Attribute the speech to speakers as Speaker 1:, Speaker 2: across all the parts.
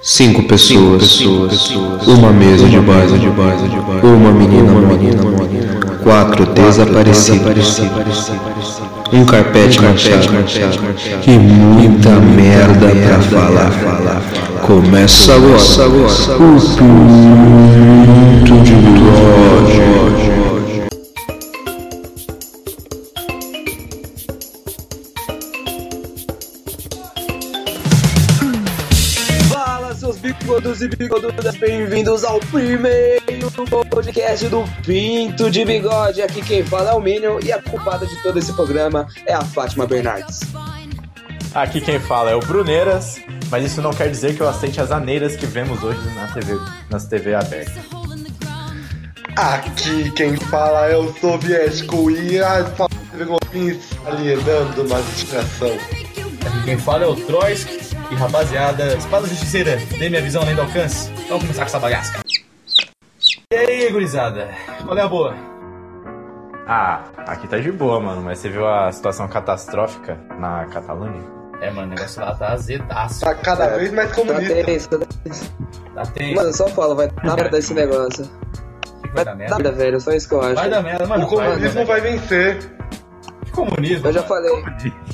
Speaker 1: Cinco pessoas, uma mesa de baile, uma menina morta, quatro desaparecidos, um carpete manchado e muita merda pra falar. Começa agora o Pinto de Bigode.
Speaker 2: Fala, seus bigodos e bigodudas, bem-vindos ao primeiro podcast do Pinto de Bigode. Aqui quem fala é o Minion e a culpada de todo esse programa é a Fátima Bernardes.
Speaker 3: Aqui quem fala é o Bruneiras, mas isso não quer dizer que eu aceite as aneiras que vemos hoje na TV, nas TV abertas.
Speaker 4: Aqui quem fala é o soviético e a está alienando uma distração.
Speaker 5: Aqui quem fala é o Troisk. E rapaziada, espada justiceira, dê minha visão além do alcance. Vamos começar com essa bagaça. E aí, gurizada? Qual é a boa?
Speaker 3: Ah, aqui tá de boa, mano, mas você viu a situação catastrófica na Catalunha?
Speaker 5: É, mano, o negócio lá tá azedaço.
Speaker 4: Tá cada vez mais
Speaker 2: Tá
Speaker 4: comunista.
Speaker 2: tenso, né?
Speaker 5: Tá tenso.
Speaker 2: Mano, só fala, vai dar merda esse negócio.
Speaker 5: vai
Speaker 2: Vai
Speaker 5: dar
Speaker 2: dar
Speaker 5: merda.
Speaker 2: merda, velho, só isso que eu acho.
Speaker 5: Vai dar merda, mano.
Speaker 4: O comunismo vai vencer.
Speaker 5: Que comunismo?
Speaker 2: Eu já falei,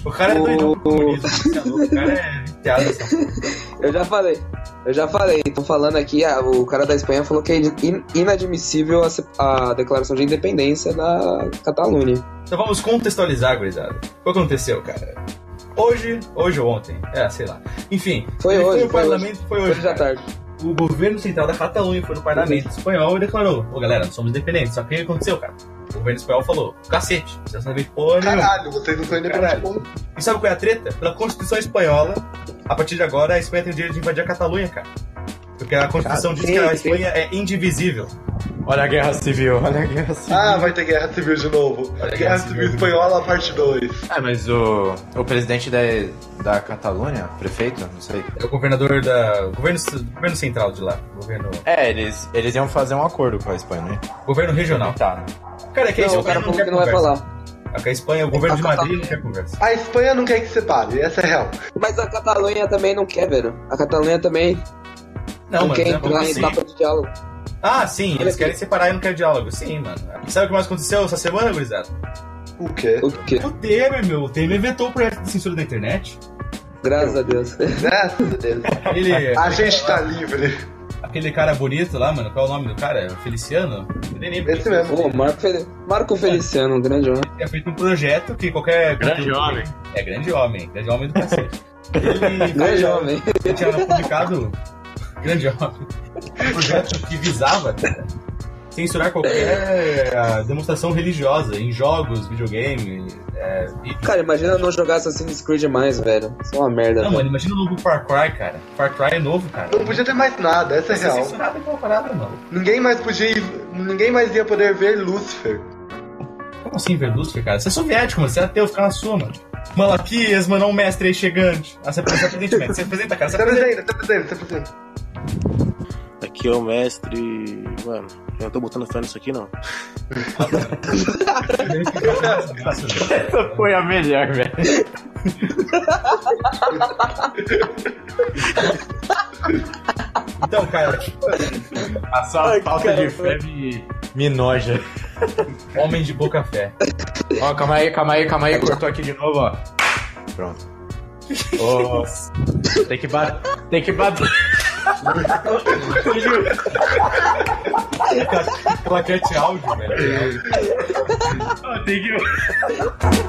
Speaker 5: O cara é doido do comunismo. você é louco, O cara é viciado nessa porra.
Speaker 2: eu já falei, eu já falei. Tô falando aqui, ah, o cara da Espanha falou que é in- inadmissível a, se- a declaração de independência da Catalunha.
Speaker 5: Então vamos contextualizar, gurizada. O que aconteceu, cara? Hoje, hoje ou ontem, é, sei lá. Enfim,
Speaker 2: Foi
Speaker 5: ele
Speaker 2: hoje,
Speaker 5: foi o
Speaker 2: foi
Speaker 5: parlamento, foi hoje.
Speaker 2: Hoje da
Speaker 5: cara.
Speaker 2: tarde.
Speaker 5: o governo central da Catalunha foi no parlamento espanhol e declarou: Ô galera, nós somos independentes. Só que o que aconteceu, cara? O governo espanhol falou: cacete, vocês não sabem porra nenhuma.
Speaker 4: Caralho, vocês não são independentes.
Speaker 5: E sabe qual é a treta? Pela Constituição Espanhola, a partir de agora, a Espanha tem o direito de invadir a Catalunha, cara. Porque a Constituição diz que a Espanha é indivisível.
Speaker 3: Olha a guerra civil, olha a guerra civil.
Speaker 4: Ah, vai ter guerra civil de novo.
Speaker 5: Olha,
Speaker 4: Guerra
Speaker 5: guerra
Speaker 4: civil
Speaker 5: civil.
Speaker 4: espanhola, parte 2.
Speaker 3: Ah, mas o, o presidente da, da Catalunha, prefeito, não sei.
Speaker 5: É o governador da. O governo, o governo central de lá. o Governo,
Speaker 3: É, eles, eles iam fazer um acordo com a Espanha, né?
Speaker 5: governo regional.
Speaker 3: Tá.
Speaker 5: Cara, é que a
Speaker 2: Não, o
Speaker 5: Espanha
Speaker 2: cara
Speaker 5: não
Speaker 2: falou
Speaker 5: quer
Speaker 2: que não vai
Speaker 5: conversa.
Speaker 2: falar. tá
Speaker 5: É que a Espanha, o governo de
Speaker 2: A Catalunha-
Speaker 5: Madrid não quer conversa.
Speaker 4: A Espanha não quer que separe, essa é real.
Speaker 2: Mas a Catalunha também não quer, velho. A Catalunha também
Speaker 5: Não,
Speaker 2: não,
Speaker 5: mas
Speaker 2: quer
Speaker 5: né, vamos
Speaker 2: entrar em
Speaker 5: assim.
Speaker 2: etapa de diálogo.
Speaker 5: Ah, sim, eles querem separar e não querem diálogo. Sim, mano. E sabe o que mais aconteceu essa semana, gurizada?
Speaker 4: O quê?
Speaker 2: O quê?
Speaker 5: O Temer, meu. O Temer vetou o projeto de censura da internet.
Speaker 2: Graças a Deus.
Speaker 4: Graças a Deus.
Speaker 5: Ele,
Speaker 4: Né? A gente tá livre.
Speaker 5: aquele cara bonito lá, mano. Qual é o nome do cara? Feliciano? Eu nem lembro.
Speaker 4: Esse mesmo.
Speaker 2: Ô, Marco, Fel... Marco Feliciano, um grande homem.
Speaker 5: Ele tinha feito um projeto que qualquer... Grande homem. É, grande homem. Grande homem do cacete. Ele,
Speaker 2: Grande homem.
Speaker 5: Ele tinha publicado... grande homem. Um projeto que visava... cara, Censurar qualquer ah, demonstração religiosa em jogos, videogame, é, e-
Speaker 2: Cara, imagina eu não jogar Assassin's Creed mais, velho. Isso é uma merda,
Speaker 5: Não,
Speaker 2: velho.
Speaker 5: mano, imagina o novo Far Cry, cara. Far Cry é novo, cara.
Speaker 4: Não podia ter mais nada, essa é
Speaker 5: ser
Speaker 4: real.
Speaker 5: censurado aquela parada, mano.
Speaker 4: Ninguém mais podia ir, ninguém mais ia poder ver Lúcifer.
Speaker 5: Como assim, Verdúcio, cara? Você é soviético, mano. Você é ateu, fica na sua, mano. Malaquias, mano, é um mestre aí chegante. Ah, você apresenta, se apresenta, mano. Você apresenta, cara. Você é
Speaker 4: Tá
Speaker 5: apresenta.
Speaker 4: presente, tá presente, tá presente.
Speaker 6: Aqui é o mestre. Mano, eu não tô botando fé nisso aqui não.
Speaker 3: Essa foi a melhor, velho.
Speaker 5: Então, cara, tipo,
Speaker 3: A sua falta de fé me, me noja.
Speaker 5: homem de boca fé.
Speaker 3: Ó, calma aí, calma aí, calma aí, cortou aqui de novo, ó. Pronto. Ô, tem que bater. Tem que bater.
Speaker 5: Pla- Plaquete áudio, velho.
Speaker 3: tem que.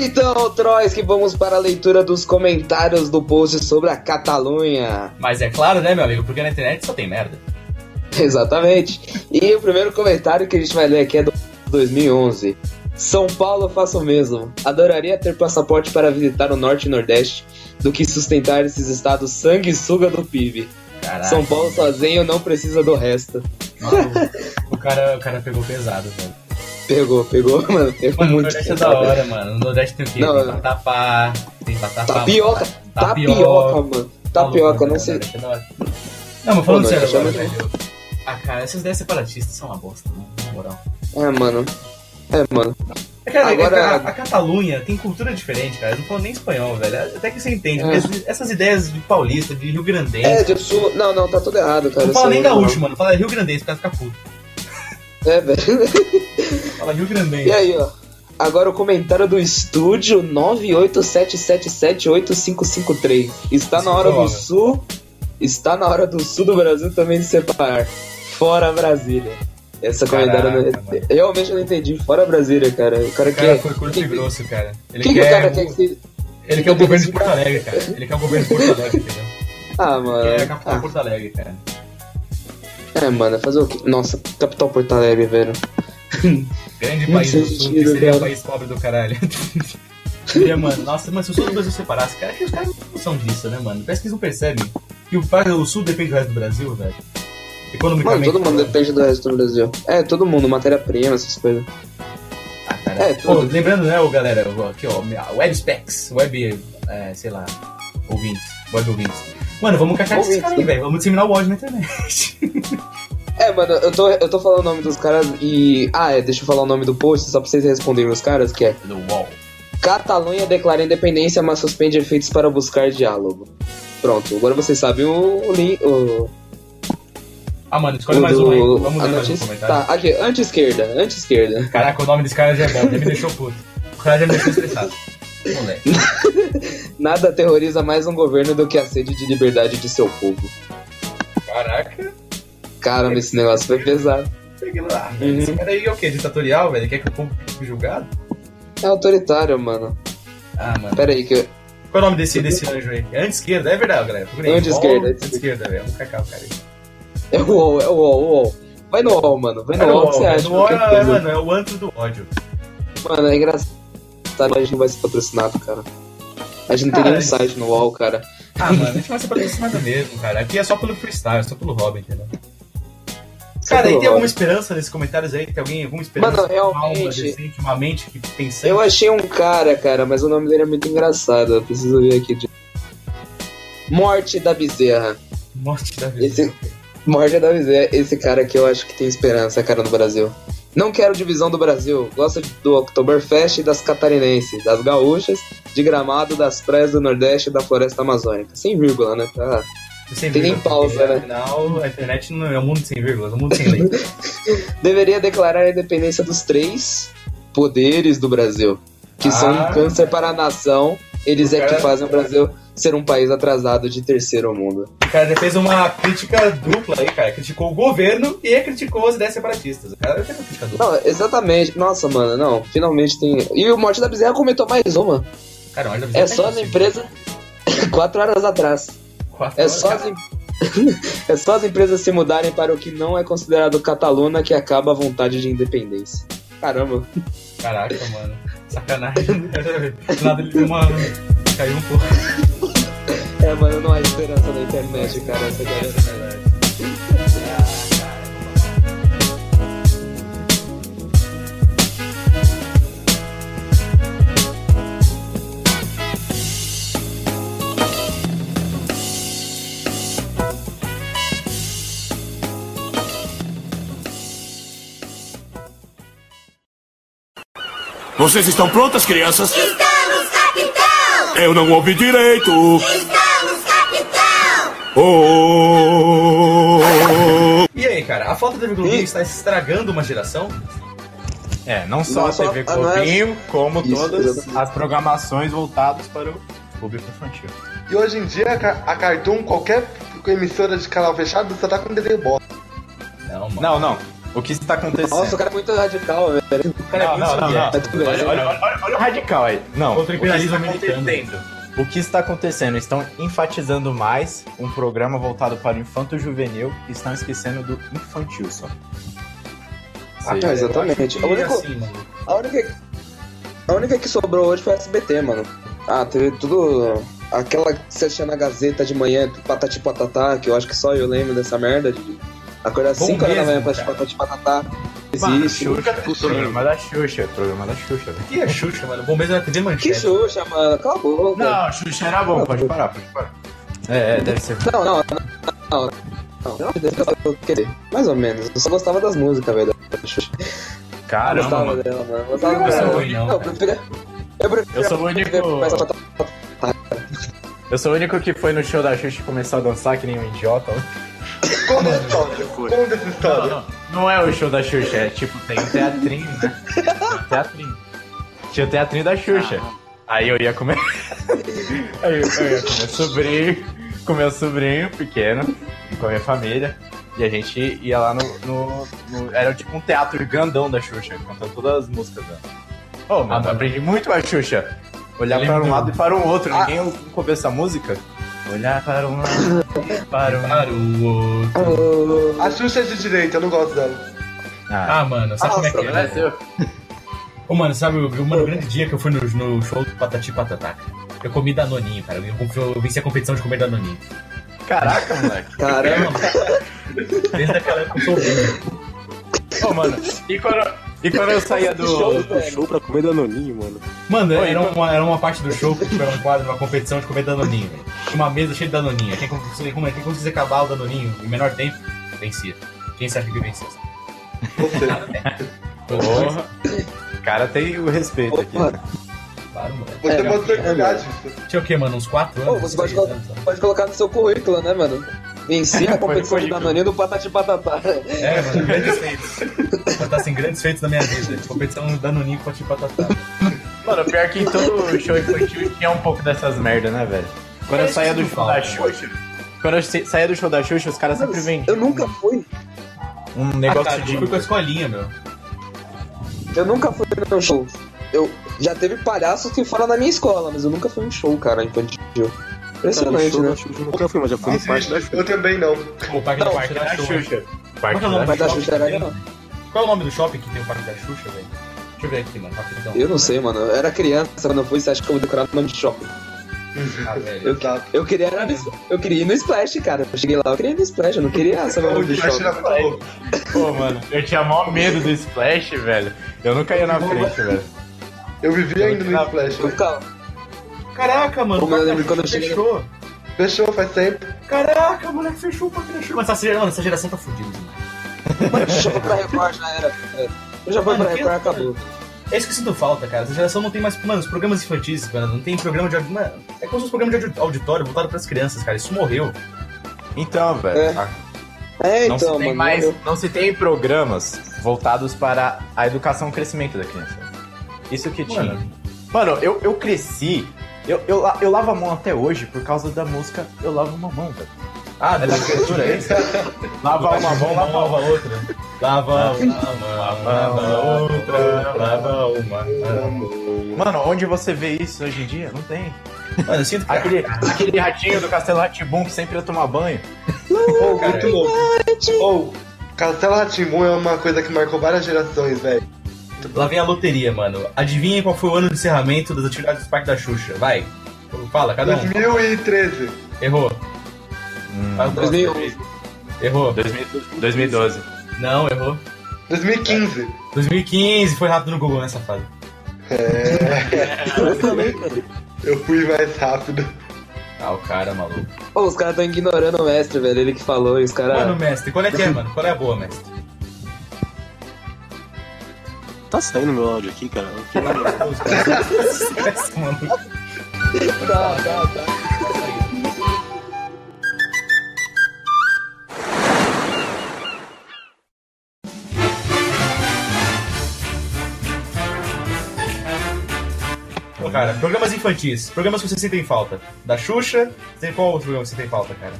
Speaker 2: Então, Trois, que vamos para a leitura dos comentários do post sobre a Catalunha.
Speaker 5: Mas é claro, né, meu amigo? Porque na internet só tem merda.
Speaker 2: Exatamente. E o primeiro comentário que a gente vai ler aqui é do 2011. São Paulo, faço o mesmo. Adoraria ter passaporte para visitar o Norte e Nordeste do que sustentar esses estados sanguessuga do PIB.
Speaker 5: Caralho.
Speaker 2: São Paulo sozinho não precisa do resto.
Speaker 5: Nossa, o- o, cara, o cara pegou pesado, velho.
Speaker 2: Pegou, pegou, mano. Pegou
Speaker 5: Mano, o
Speaker 2: muito.
Speaker 5: Nordeste é da hora, mano. No Nordeste tem o quê?
Speaker 2: Não,
Speaker 5: tem
Speaker 2: não.
Speaker 5: batapá, tem batapá.
Speaker 2: Tapioca,
Speaker 5: Tá
Speaker 2: tapioca, tá mano. Tapioca,
Speaker 5: né,
Speaker 2: não sei.
Speaker 5: é Não, mas falando
Speaker 2: Pô,
Speaker 5: sério
Speaker 2: Nordeste
Speaker 5: agora,
Speaker 2: é
Speaker 5: velho. Ah, cara, essas ideias separatistas são uma bosta, né? Na moral.
Speaker 2: É, mano. É, mano.
Speaker 5: É, Cara, é que
Speaker 2: Agora-
Speaker 5: a, a Catalunha tem cultura diferente, cara. Eles não falam nem espanhol, velho. Até que você entende.
Speaker 2: É.
Speaker 5: mas Essas ideias de paulista, de Rio Grandense.
Speaker 2: É, de sul. Não, não, tá tudo errado, cara.
Speaker 5: não fala
Speaker 2: Isso
Speaker 5: nem
Speaker 2: aí, mano.
Speaker 5: gaúcho, mano. Fala Rio Grandense, pra ficar puto.
Speaker 2: É, velho.
Speaker 5: Fala Rio
Speaker 2: E
Speaker 5: Grandense.
Speaker 2: aí, ó. Agora o comentário do estúdio 987778553. Está na hora do
Speaker 5: Bora.
Speaker 2: sul. Está na hora do sul do Brasil também de separar. Fora Brasília. Essa
Speaker 5: Caraca,
Speaker 2: comentário eu não- é-
Speaker 5: mano.
Speaker 2: realmente eu não entendi. Fora Brasília, cara. O cara
Speaker 5: O cara
Speaker 2: quer.
Speaker 5: foi curto
Speaker 2: quem-
Speaker 5: e grosso, cara. Ele
Speaker 2: Quem que o
Speaker 5: quer,
Speaker 2: cara
Speaker 5: o-
Speaker 2: quer que se.
Speaker 5: ele quer o governo de Porto Alegre, cara. Ele quer o governo de Porto Alegre, entendeu?
Speaker 2: Ah, mano.
Speaker 5: Ele quer a capital
Speaker 2: Ah,
Speaker 5: Porto Alegre, cara.
Speaker 2: é, mano, fazer o quê? Nossa, capital Porto Alegre, velho.
Speaker 5: Grande
Speaker 2: Muito
Speaker 5: país do sul, que
Speaker 2: sentido,
Speaker 5: seria o
Speaker 2: cara.
Speaker 5: país pobre do caralho. Seria, mano, nossa, mas se o sul do Brasil separasse, cara, que os caras não são disso, né, mano? Parece que eles não percebem que o, pa- o sul depende do resto do Brasil, velho.
Speaker 2: Mano,
Speaker 5: Economicamente.
Speaker 2: todo mundo depende do resto do Brasil. É, todo mundo, matéria-prima, essas coisas.
Speaker 5: Ah, cara.
Speaker 2: É,
Speaker 5: Pô,
Speaker 2: tudo.
Speaker 5: lembrando, né, ô, galera, ó, aqui, ó, a Web Specs, Web, é, sei lá, ouvintes, Web ouvintes. Mano, vamos cacar esses
Speaker 2: Ouvintes,
Speaker 5: caras aí,
Speaker 2: né?
Speaker 5: velho. Vamos disseminar o ódio na internet.
Speaker 2: É, mano, eu tô, eu tô falando o nome dos caras e. Ah, é, deixa eu falar o nome do post só pra vocês responderem os caras, que é.
Speaker 5: Do UOL.
Speaker 2: Catalunha declara independência, mas suspende efeitos para buscar diálogo. Pronto, agora vocês sabem o link. O,
Speaker 5: Ah, mano, escolhe
Speaker 2: o
Speaker 5: mais
Speaker 2: do-
Speaker 5: um aí. Vamos
Speaker 2: a
Speaker 5: ler mais um
Speaker 2: notícia-
Speaker 5: comentário.
Speaker 2: Tá, aqui, anti-esquerda, anti-esquerda.
Speaker 5: Caraca, o nome desse cara já é bom, já me deixou puto. O cara já me deixou estressado. Moleque.
Speaker 2: Nada aterroriza mais um governo do que a sede de liberdade de seu povo.
Speaker 5: Caraca,
Speaker 2: Caramba, esse negócio foi pesado.
Speaker 5: peguei lá. velho.
Speaker 2: Uhum.
Speaker 5: Esse cara aí é o quê? Ditatorial, velho? Quer que o povo fique julgado?
Speaker 2: É autoritário, mano.
Speaker 5: Ah, mano.
Speaker 2: Pera aí, que eu.
Speaker 5: Qual é o nome desse, desse anjo aí? É anti-esquerda, é verdade, galera. Procurei.
Speaker 2: Anti-esquerda, tipo-
Speaker 5: Bom, Anti-esquerda, velho. Vamos cacar o cara aí.
Speaker 2: É o UOL, é o UOL, o UOL. Vai no UOL, mano. Vai no
Speaker 5: Cara,
Speaker 2: UOL, o que você
Speaker 5: velho,
Speaker 2: acha?
Speaker 5: É o ódio,
Speaker 2: Qualquer
Speaker 5: é,
Speaker 2: coisa.
Speaker 5: mano, é o antro do ódio.
Speaker 2: Mano, é engraçado. A gente não vai ser patrocinado, cara. A gente não tem
Speaker 5: Cara,
Speaker 2: nenhum site no UOL, cara.
Speaker 5: Ah, mano, a gente vai ser patrocinado mesmo, cara. Aqui é só pelo freestyle, só pelo hobby, entendeu? Cara, aí tem alguma esperança nesses comentários aí? Tem alguém, alguma esperança?
Speaker 2: Mano,
Speaker 5: Uma alma
Speaker 2: realmente-
Speaker 5: decente, uma mente que pensante?
Speaker 2: Eu achei um cara, cara, mas o nome dele é muito engraçado. Eu preciso ver aqui. De... Morte da Bezerra.
Speaker 5: Morte da vida.
Speaker 2: Esse... Morte da Bezerra, esse cara que eu acho que tem esperança, cara, no Brasil. Não quero divisão do Brasil. Gosto do Oktoberfest e das catarinenses, das gaúchas, de gramado, das praias do Nordeste e da floresta amazônica. Sem vírgula, né? Tá.
Speaker 5: Sem
Speaker 2: Tem nem
Speaker 5: vírgula,
Speaker 2: pausa,
Speaker 5: porque,
Speaker 2: né?
Speaker 5: Afinal, a internet não é um mundo sem vírgulas, é um mundo sem lei.
Speaker 2: deveria declarar a independência dos três poderes do Brasil, que são
Speaker 5: Ah.
Speaker 2: um câncer para a nação. Eles
Speaker 5: O
Speaker 2: é que
Speaker 5: cara-
Speaker 2: fazem o Brasil ser um país atrasado de terceiro mundo.
Speaker 5: O cara já fez uma crítica dupla aí, cara. Criticou o governo e criticou as ideias separatistas. O cara fez uma crítica dupla.
Speaker 2: Não, exatamente. Nossa, mano, não. Finalmente tem. E o Morte da Bezerra comentou mais uma.
Speaker 5: Cara, olha,
Speaker 2: É só as empresas. Quatro horas atrás.
Speaker 5: Quatro
Speaker 2: É
Speaker 5: horas,
Speaker 2: só
Speaker 5: cara.
Speaker 2: as, em- é só as empresas se mudarem para o que não é considerado cataluna que acaba a vontade de independência. Caramba.
Speaker 5: Caraca, mano. Sacanagem. Do nada ele deu uma. Caiu um pouco.
Speaker 2: É, mano, não há esperança na internet, cara. Essa galera.
Speaker 7: Vocês estão prontas, crianças? Estamos, capitão! Eu não ouvi direito! Estamos, capitão! Oh!
Speaker 5: E aí, cara, a falta da virgulinha está estragando uma geração?
Speaker 3: É, não só
Speaker 2: Não
Speaker 3: a
Speaker 2: só-
Speaker 3: TV
Speaker 2: ah, não é-
Speaker 3: Globinho, como
Speaker 2: Isso,
Speaker 3: todas
Speaker 2: exatamente.
Speaker 3: as programações voltadas para o público infantil.
Speaker 4: E hoje em dia, a Ca- a Cartoon, qualquer emissora de canal fechado, só tá com desenho bosta.
Speaker 5: Não, mano.
Speaker 3: Não, não. O que está acontecendo?
Speaker 2: Nossa, o cara é muito radical, velho.
Speaker 5: cara é
Speaker 3: não,
Speaker 5: muito é.
Speaker 3: não, não, não.
Speaker 2: Tá tudo bem.
Speaker 3: Olha, olha, olha, olha o radical aí. Não. O tá
Speaker 5: Contra o
Speaker 3: que
Speaker 5: imperialismo
Speaker 3: está
Speaker 5: americano.
Speaker 3: acontecendo? O que está acontecendo? Estão enfatizando mais um programa voltado para o infanto juvenil e estão esquecendo do infantil só.
Speaker 5: Ah,
Speaker 2: É, exatamente.
Speaker 5: E
Speaker 2: A única,
Speaker 5: assim, mano.
Speaker 2: a, única, a única que sobrou hoje foi a SBT, mano. Ah, teve tudo. Aquela que você achou na Gazeta de manhã, patati patatá, que eu acho que só eu lembro dessa merda de acordar às
Speaker 5: Bom
Speaker 2: 5 horas da
Speaker 5: mesmo,
Speaker 2: manhã pra assistir
Speaker 5: cara.
Speaker 2: patati patatá. existe.
Speaker 3: Programa da Xuxa, programa da Xuxa, né? velho.
Speaker 5: Que é Xuxa, mano? Bom mesmo era TV
Speaker 2: Que
Speaker 5: Manchete.
Speaker 2: Xuxa, mano. Cala a boca.
Speaker 3: Não, Xuxa era bom, pode parar, pode parar. É, é, deve ser.
Speaker 2: Não, não, não, não. Não, não, quer dizer, mais ou menos. Eu só gostava das músicas, velho. da Xuxa.
Speaker 3: Caramba,
Speaker 2: gostava
Speaker 3: mano.
Speaker 2: dela, mano. Gostava
Speaker 5: Eu sou
Speaker 2: dela.
Speaker 5: ruim, não,
Speaker 2: eu
Speaker 5: velho.
Speaker 2: prefiro. Eu prefiro.
Speaker 3: Eu sou o único-
Speaker 2: Mas só tá-
Speaker 3: Eu sou o único que foi no show da Xuxa e começou a dançar que nem um idiota.
Speaker 4: Conta essa história. Conta essa história.
Speaker 3: Não, não é o show da Xuxa, é tipo, tem o teatrinho, né? Tem o teatrinho. Tinha o teatrinho da Xuxa. Aí eu ia comer. Aí eu, eu ia com meu sobrinho, com meu sobrinho pequeno, e com a minha família. E a gente ia lá no. no- no- era tipo um teatro grandão da Xuxa, cantando todas as músicas dela. Oh, mano,
Speaker 5: mano.
Speaker 3: aprendi muito com a Xuxa. Olhar
Speaker 5: Eu
Speaker 3: para um
Speaker 5: lembro.
Speaker 3: lado e para o outro. Ninguém coube essa música. Olhar para um lado e para o outro.
Speaker 5: Para o outro.
Speaker 4: A Xuxa é de direita, eu não gosto dela.
Speaker 5: Ah, mano, sabe como é que é? né? Ô, mano, sabe, o mano, o grande dia que eu fui no, no show do Patati e Patataca. Eu comi Danoninho, cara. Eu, eu venci a competição de comer Danoninho.
Speaker 3: Caraca, moleque.
Speaker 2: Caramba,
Speaker 5: Desde aquela época eu sou bem.
Speaker 3: Ô, mano, e quando, e quando eu saía do.
Speaker 2: show, velho.
Speaker 6: Show pra comer danoninho, mano.
Speaker 5: Mano, era
Speaker 2: então-
Speaker 5: uma, era uma parte do show que foi um quadro, uma competição de comer Danoninho. velho. Tinha uma mesa cheia de Danoninho. Quem conseguisse, como é, quem conseguisse acabar o Danoninho em menor tempo, vencia. Quem você acha que venceu?
Speaker 4: Você.
Speaker 3: Porra. O cara tem o respeito aqui.
Speaker 2: mano.
Speaker 5: Claro, mano.
Speaker 4: Você
Speaker 2: É,
Speaker 4: pode tranquilidade disso.
Speaker 5: Tinha o quê, mano? Uns 4 anos?
Speaker 2: Pô, você pode
Speaker 5: Seis
Speaker 2: colocar-
Speaker 5: anos, né? sabe?
Speaker 2: Pode colocar no seu currículo, né, mano? Venci a competição
Speaker 3: Foi
Speaker 2: de
Speaker 3: currículo.
Speaker 2: Danoninho do Patati Patatá.
Speaker 5: É, mano, grandes feitos. Botar sem grandes feitos na minha vida. Competição Danoninho com a Tipatatá.
Speaker 3: Mano, pior que em todo show infantil tinha um pouco dessas merda, né, velho? Quando eu saía do show da Xuxa. Quando eu se- saía do show da Xuxa, os caras sempre vendiam
Speaker 2: Eu nunca fui.
Speaker 3: um negócio
Speaker 5: Cara,
Speaker 3: de.
Speaker 5: eu Ah, tá, fui com a escolinha, meu.
Speaker 2: Eu nunca fui no show. Eu já teve palhaços que foram na minha escola, mas eu nunca fui em show, cara, infantil.
Speaker 6: Cara,
Speaker 2: Impressionante,
Speaker 6: show
Speaker 2: né?
Speaker 6: da Xuxa eu nunca fui, mas já fui no parte da Xuxa.
Speaker 4: Eu também não.
Speaker 5: O parque
Speaker 2: Não,
Speaker 5: do parque da Xuxa.
Speaker 3: Parque
Speaker 5: Qual é o nome
Speaker 3: da
Speaker 2: Mas da
Speaker 5: shopping
Speaker 2: Xuxa era
Speaker 5: tem?
Speaker 2: legal.
Speaker 5: Qual é o nome do shopping que tem o parque da Xuxa, velho? Deixa eu ver aqui, mano. Rapidão.
Speaker 2: Eu não sei, mano. Eu era criança quando eu fui, você acha que eu vou decorar o nome de shopping?
Speaker 5: Ah, velho.
Speaker 4: Exato.
Speaker 2: Eu queria, era no- eu queria ir no Splash, cara. Eu cheguei lá, eu queria ir no Splash, eu não queria saber o
Speaker 4: O
Speaker 2: nome do
Speaker 4: Flash
Speaker 2: shopping.
Speaker 4: era muito louco.
Speaker 3: Pô, mano, eu tinha maior medo do Splash, velho. Eu nunca ia na frente, velho.
Speaker 4: Eu vivia ainda no Flash.
Speaker 2: Eu ficava,
Speaker 5: Caraca, mano.
Speaker 2: Como eu lembro quando eu cheguei-
Speaker 5: fechou.
Speaker 4: Fechou faz tempo.
Speaker 5: Caraca, moleque, fechou o parque da Xuxa. Mas essa geração, essa geração tá fudida demais.
Speaker 2: mano, já foi pra Record, já era. É. Eu já fui
Speaker 5: Mano,
Speaker 2: pra
Speaker 5: que-
Speaker 2: Record, acabou.
Speaker 5: É isso que eu sinto falta, cara. Essa geração não tem mais. Mano, os programas infantis, cara, não tem programa de. audi- Mano, é como se fosse programa de audi- auditório voltado pras crianças, cara. Isso morreu.
Speaker 3: Então, velho.
Speaker 2: É.
Speaker 3: a-
Speaker 2: É,
Speaker 3: não
Speaker 2: então,
Speaker 3: se tem
Speaker 2: mano.
Speaker 3: mais,
Speaker 2: eu-
Speaker 3: não se tem programas voltados para a educação e o crescimento da criança. Isso que tinha.
Speaker 5: Mano.
Speaker 3: Mano, eu, eu cresci, eu, eu, la- eu lavo a mão até hoje por causa da música Eu Lavo Uma Mão, velho.
Speaker 5: Ah,
Speaker 3: É da criatura, é isso? Lava uma mão, lava uma
Speaker 5: lava outra. Lava uma mão, lava outra, lava uma mão.
Speaker 3: Mano, onde você vê isso hoje em dia? Não tem.
Speaker 5: Mano, eu sinto que
Speaker 3: Aquele, aquele ratinho do Castelo Ratibum que sempre ia tomar banho.
Speaker 4: Oh,
Speaker 5: Cara,
Speaker 4: muito louco. Ou, Castelo Ratimbun é uma coisa que marcou várias gerações, velho.
Speaker 5: Lá vem a loteria, mano. Adivinha qual foi o ano de encerramento das atividades do Parque da Xuxa? Vai. Fala, cada um.
Speaker 4: 2013.
Speaker 5: Errou. Fala,
Speaker 2: 2011.
Speaker 5: Errou.
Speaker 3: 2012.
Speaker 5: Não, errou.
Speaker 4: 2015.
Speaker 5: 2015. Foi rápido no Google nessa fase.
Speaker 2: Eu também, cara.
Speaker 4: Eu fui mais rápido.
Speaker 5: Ah, o cara maluco.
Speaker 2: Pô, os caras estão ignorando o mestre, velho. Ele que falou, e os
Speaker 5: Mano,
Speaker 2: caras.
Speaker 5: mestre, qual é que é, mano? Qual é a boa, mestre?
Speaker 6: Tá saindo meu áudio aqui, cara. Eu fiquei-
Speaker 5: Esse maluco.
Speaker 2: Tá, tá, tá.
Speaker 5: Pô, cara, programas infantis. Programas que você sentem falta. Da Xuxa. Tem qual outro programa que você tem falta, cara?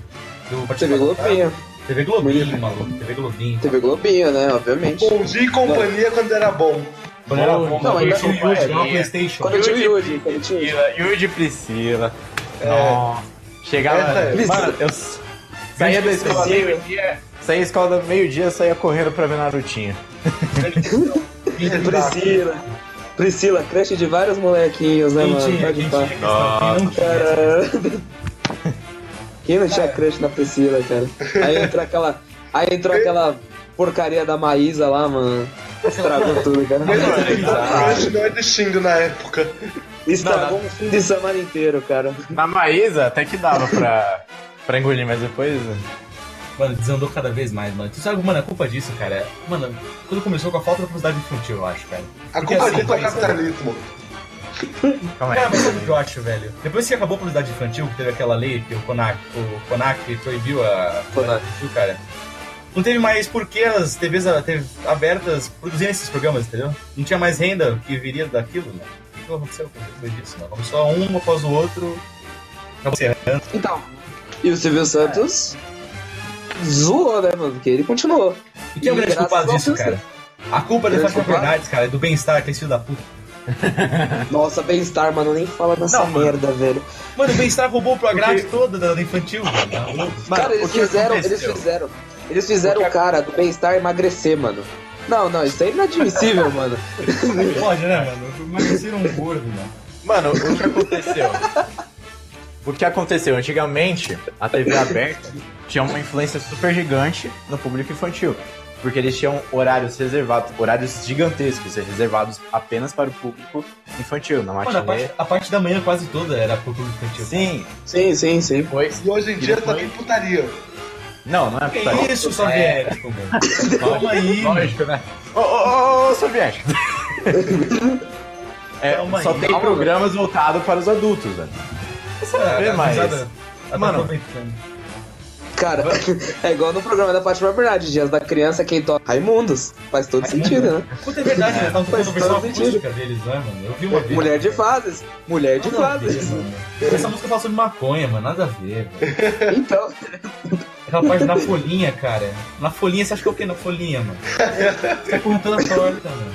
Speaker 5: Do
Speaker 2: TV Globinho.
Speaker 5: TV Globinho, maluco. TV Globinho.
Speaker 2: TV Globinho, né? Obviamente.
Speaker 4: Bom dia e companhia quando era bom.
Speaker 5: Quando era
Speaker 3: Não,
Speaker 5: bom, mano,
Speaker 2: ainda-
Speaker 5: eu tinha o Yuji,
Speaker 3: é,
Speaker 5: jogava
Speaker 3: é.
Speaker 5: Playstation.
Speaker 2: Quando eu tinha o Yuri, quando eu tinha o Yuri.
Speaker 3: Priscila, Yuri de Priscila. Nossa. Chegava.
Speaker 4: Essa é.
Speaker 3: Mano, eu s- saía da escola meio-dia. Saía da escola do meio-dia, saía correndo pra ver Narutinho.
Speaker 2: Priscila. Priscila, crush de vários molequinhos, né,
Speaker 5: Quem
Speaker 2: mano?
Speaker 5: tinha,
Speaker 2: Pode
Speaker 5: quem
Speaker 2: pá.
Speaker 5: tinha questão, quem não tinha.
Speaker 2: Caramba. Quem não tinha crush na Priscila, cara? Aí entrou aquela. Aí entrou aquela porcaria da Maísa lá, mano. Estragou tudo, cara.
Speaker 4: Acho que não é de xingo na época.
Speaker 2: Estragou um fim de semana inteiro, cara.
Speaker 3: Na Maísa até que dava pra, pra engolir, mas depois.
Speaker 5: Mano, desandou cada vez mais, mano. Tu sabe, mano, a culpa disso, cara, é- mano, tudo começou com a falta da publicidade infantil, eu acho, cara.
Speaker 4: A
Speaker 5: Porque
Speaker 4: culpa
Speaker 5: assim,
Speaker 4: disso é o
Speaker 5: isso,
Speaker 4: capitalismo.
Speaker 3: Calma aí.
Speaker 5: Cara, mas sabe o que eu acho, velho? Depois que acabou a publicidade infantil, que teve aquela lei que o Conac, o Conac proibiu a
Speaker 2: Conac.
Speaker 5: infantil, cara. Não teve mais por que as TVs a- TV abertas produzirem esses programas, entendeu? Não tinha mais renda que viria daquilo, mano. O que aconteceu depois disso, mano? Começou um após o outro. Acabou se errando.
Speaker 2: Então. E o Silvio Santos zoou, né, mano? Porque ele continuou.
Speaker 5: E quem é o grande
Speaker 2: Graças
Speaker 5: culpado
Speaker 2: ao
Speaker 5: disso, cara? A culpa é da
Speaker 2: Grande
Speaker 5: Fátima
Speaker 2: culpado?
Speaker 5: Bernardes, cara, é do bem-estar, que é esse filho da puta.
Speaker 2: Nossa, bem-estar, mano, nem fala dessa
Speaker 5: Não, mano.
Speaker 2: merda, velho.
Speaker 5: Mano, o bem-estar roubou o programa
Speaker 3: Porque-
Speaker 5: todo da da infantil, Tá mano.
Speaker 2: cara, eles fizeram, eles fizeram. Eles fizeram o cara do bem-estar emagrecer, mano. Não, não, isso é inadmissível, mano.
Speaker 5: Não pode, né, mano? Emagreceram um gordo, mano.
Speaker 3: Mano, o que aconteceu? O que aconteceu? Antigamente, a TV aberta tinha uma influência super gigante no público infantil. Porque eles tinham horários reservados, horários gigantescos, reservados apenas para o público infantil, na
Speaker 5: Mano, a
Speaker 3: matinê.
Speaker 5: parte, a parte da manhã quase toda era pro público infantil.
Speaker 3: Sim,
Speaker 2: Sim, sim, sim.
Speaker 3: depois.
Speaker 4: E hoje em
Speaker 5: é
Speaker 4: dia tá
Speaker 3: depois-
Speaker 4: bem putaria.
Speaker 3: Não, não é
Speaker 5: Que
Speaker 3: putaria.
Speaker 5: isso, soviético, mano? Calma aí, mano.
Speaker 3: Lógico, né? Ô, ô, ô, ô, soviético. É,
Speaker 5: Calma
Speaker 3: só
Speaker 5: aí,
Speaker 3: tem
Speaker 5: calma,
Speaker 3: programas voltados para os adultos, né? Você não vê
Speaker 5: Cara,
Speaker 3: mais.
Speaker 5: gurizada, É, ela
Speaker 3: Mano.
Speaker 5: tá aproveitando.
Speaker 2: Cara, é igual no programa da Fátima Bernardes, Dias da Criança, quem toca Raimundos. Faz todo
Speaker 5: Raimundo.
Speaker 2: sentido, né?
Speaker 5: Puta, é verdade, né? Tava
Speaker 2: Faz
Speaker 5: tocando a versão
Speaker 2: todo sentido.
Speaker 5: acústica deles, né, mano? Eu vi uma vez.
Speaker 2: Mulher de
Speaker 5: cara.
Speaker 2: fases. Mulher de
Speaker 5: Nada a ver,
Speaker 2: fases.
Speaker 5: mano. Essa música fala sobre maconha, mano. Nada a ver, velho.
Speaker 2: Então,
Speaker 5: Aquela parte na folhinha, cara. Na folhinha, você acha que é o quê na folhinha, mano? Você tá correndo toda torta, mano.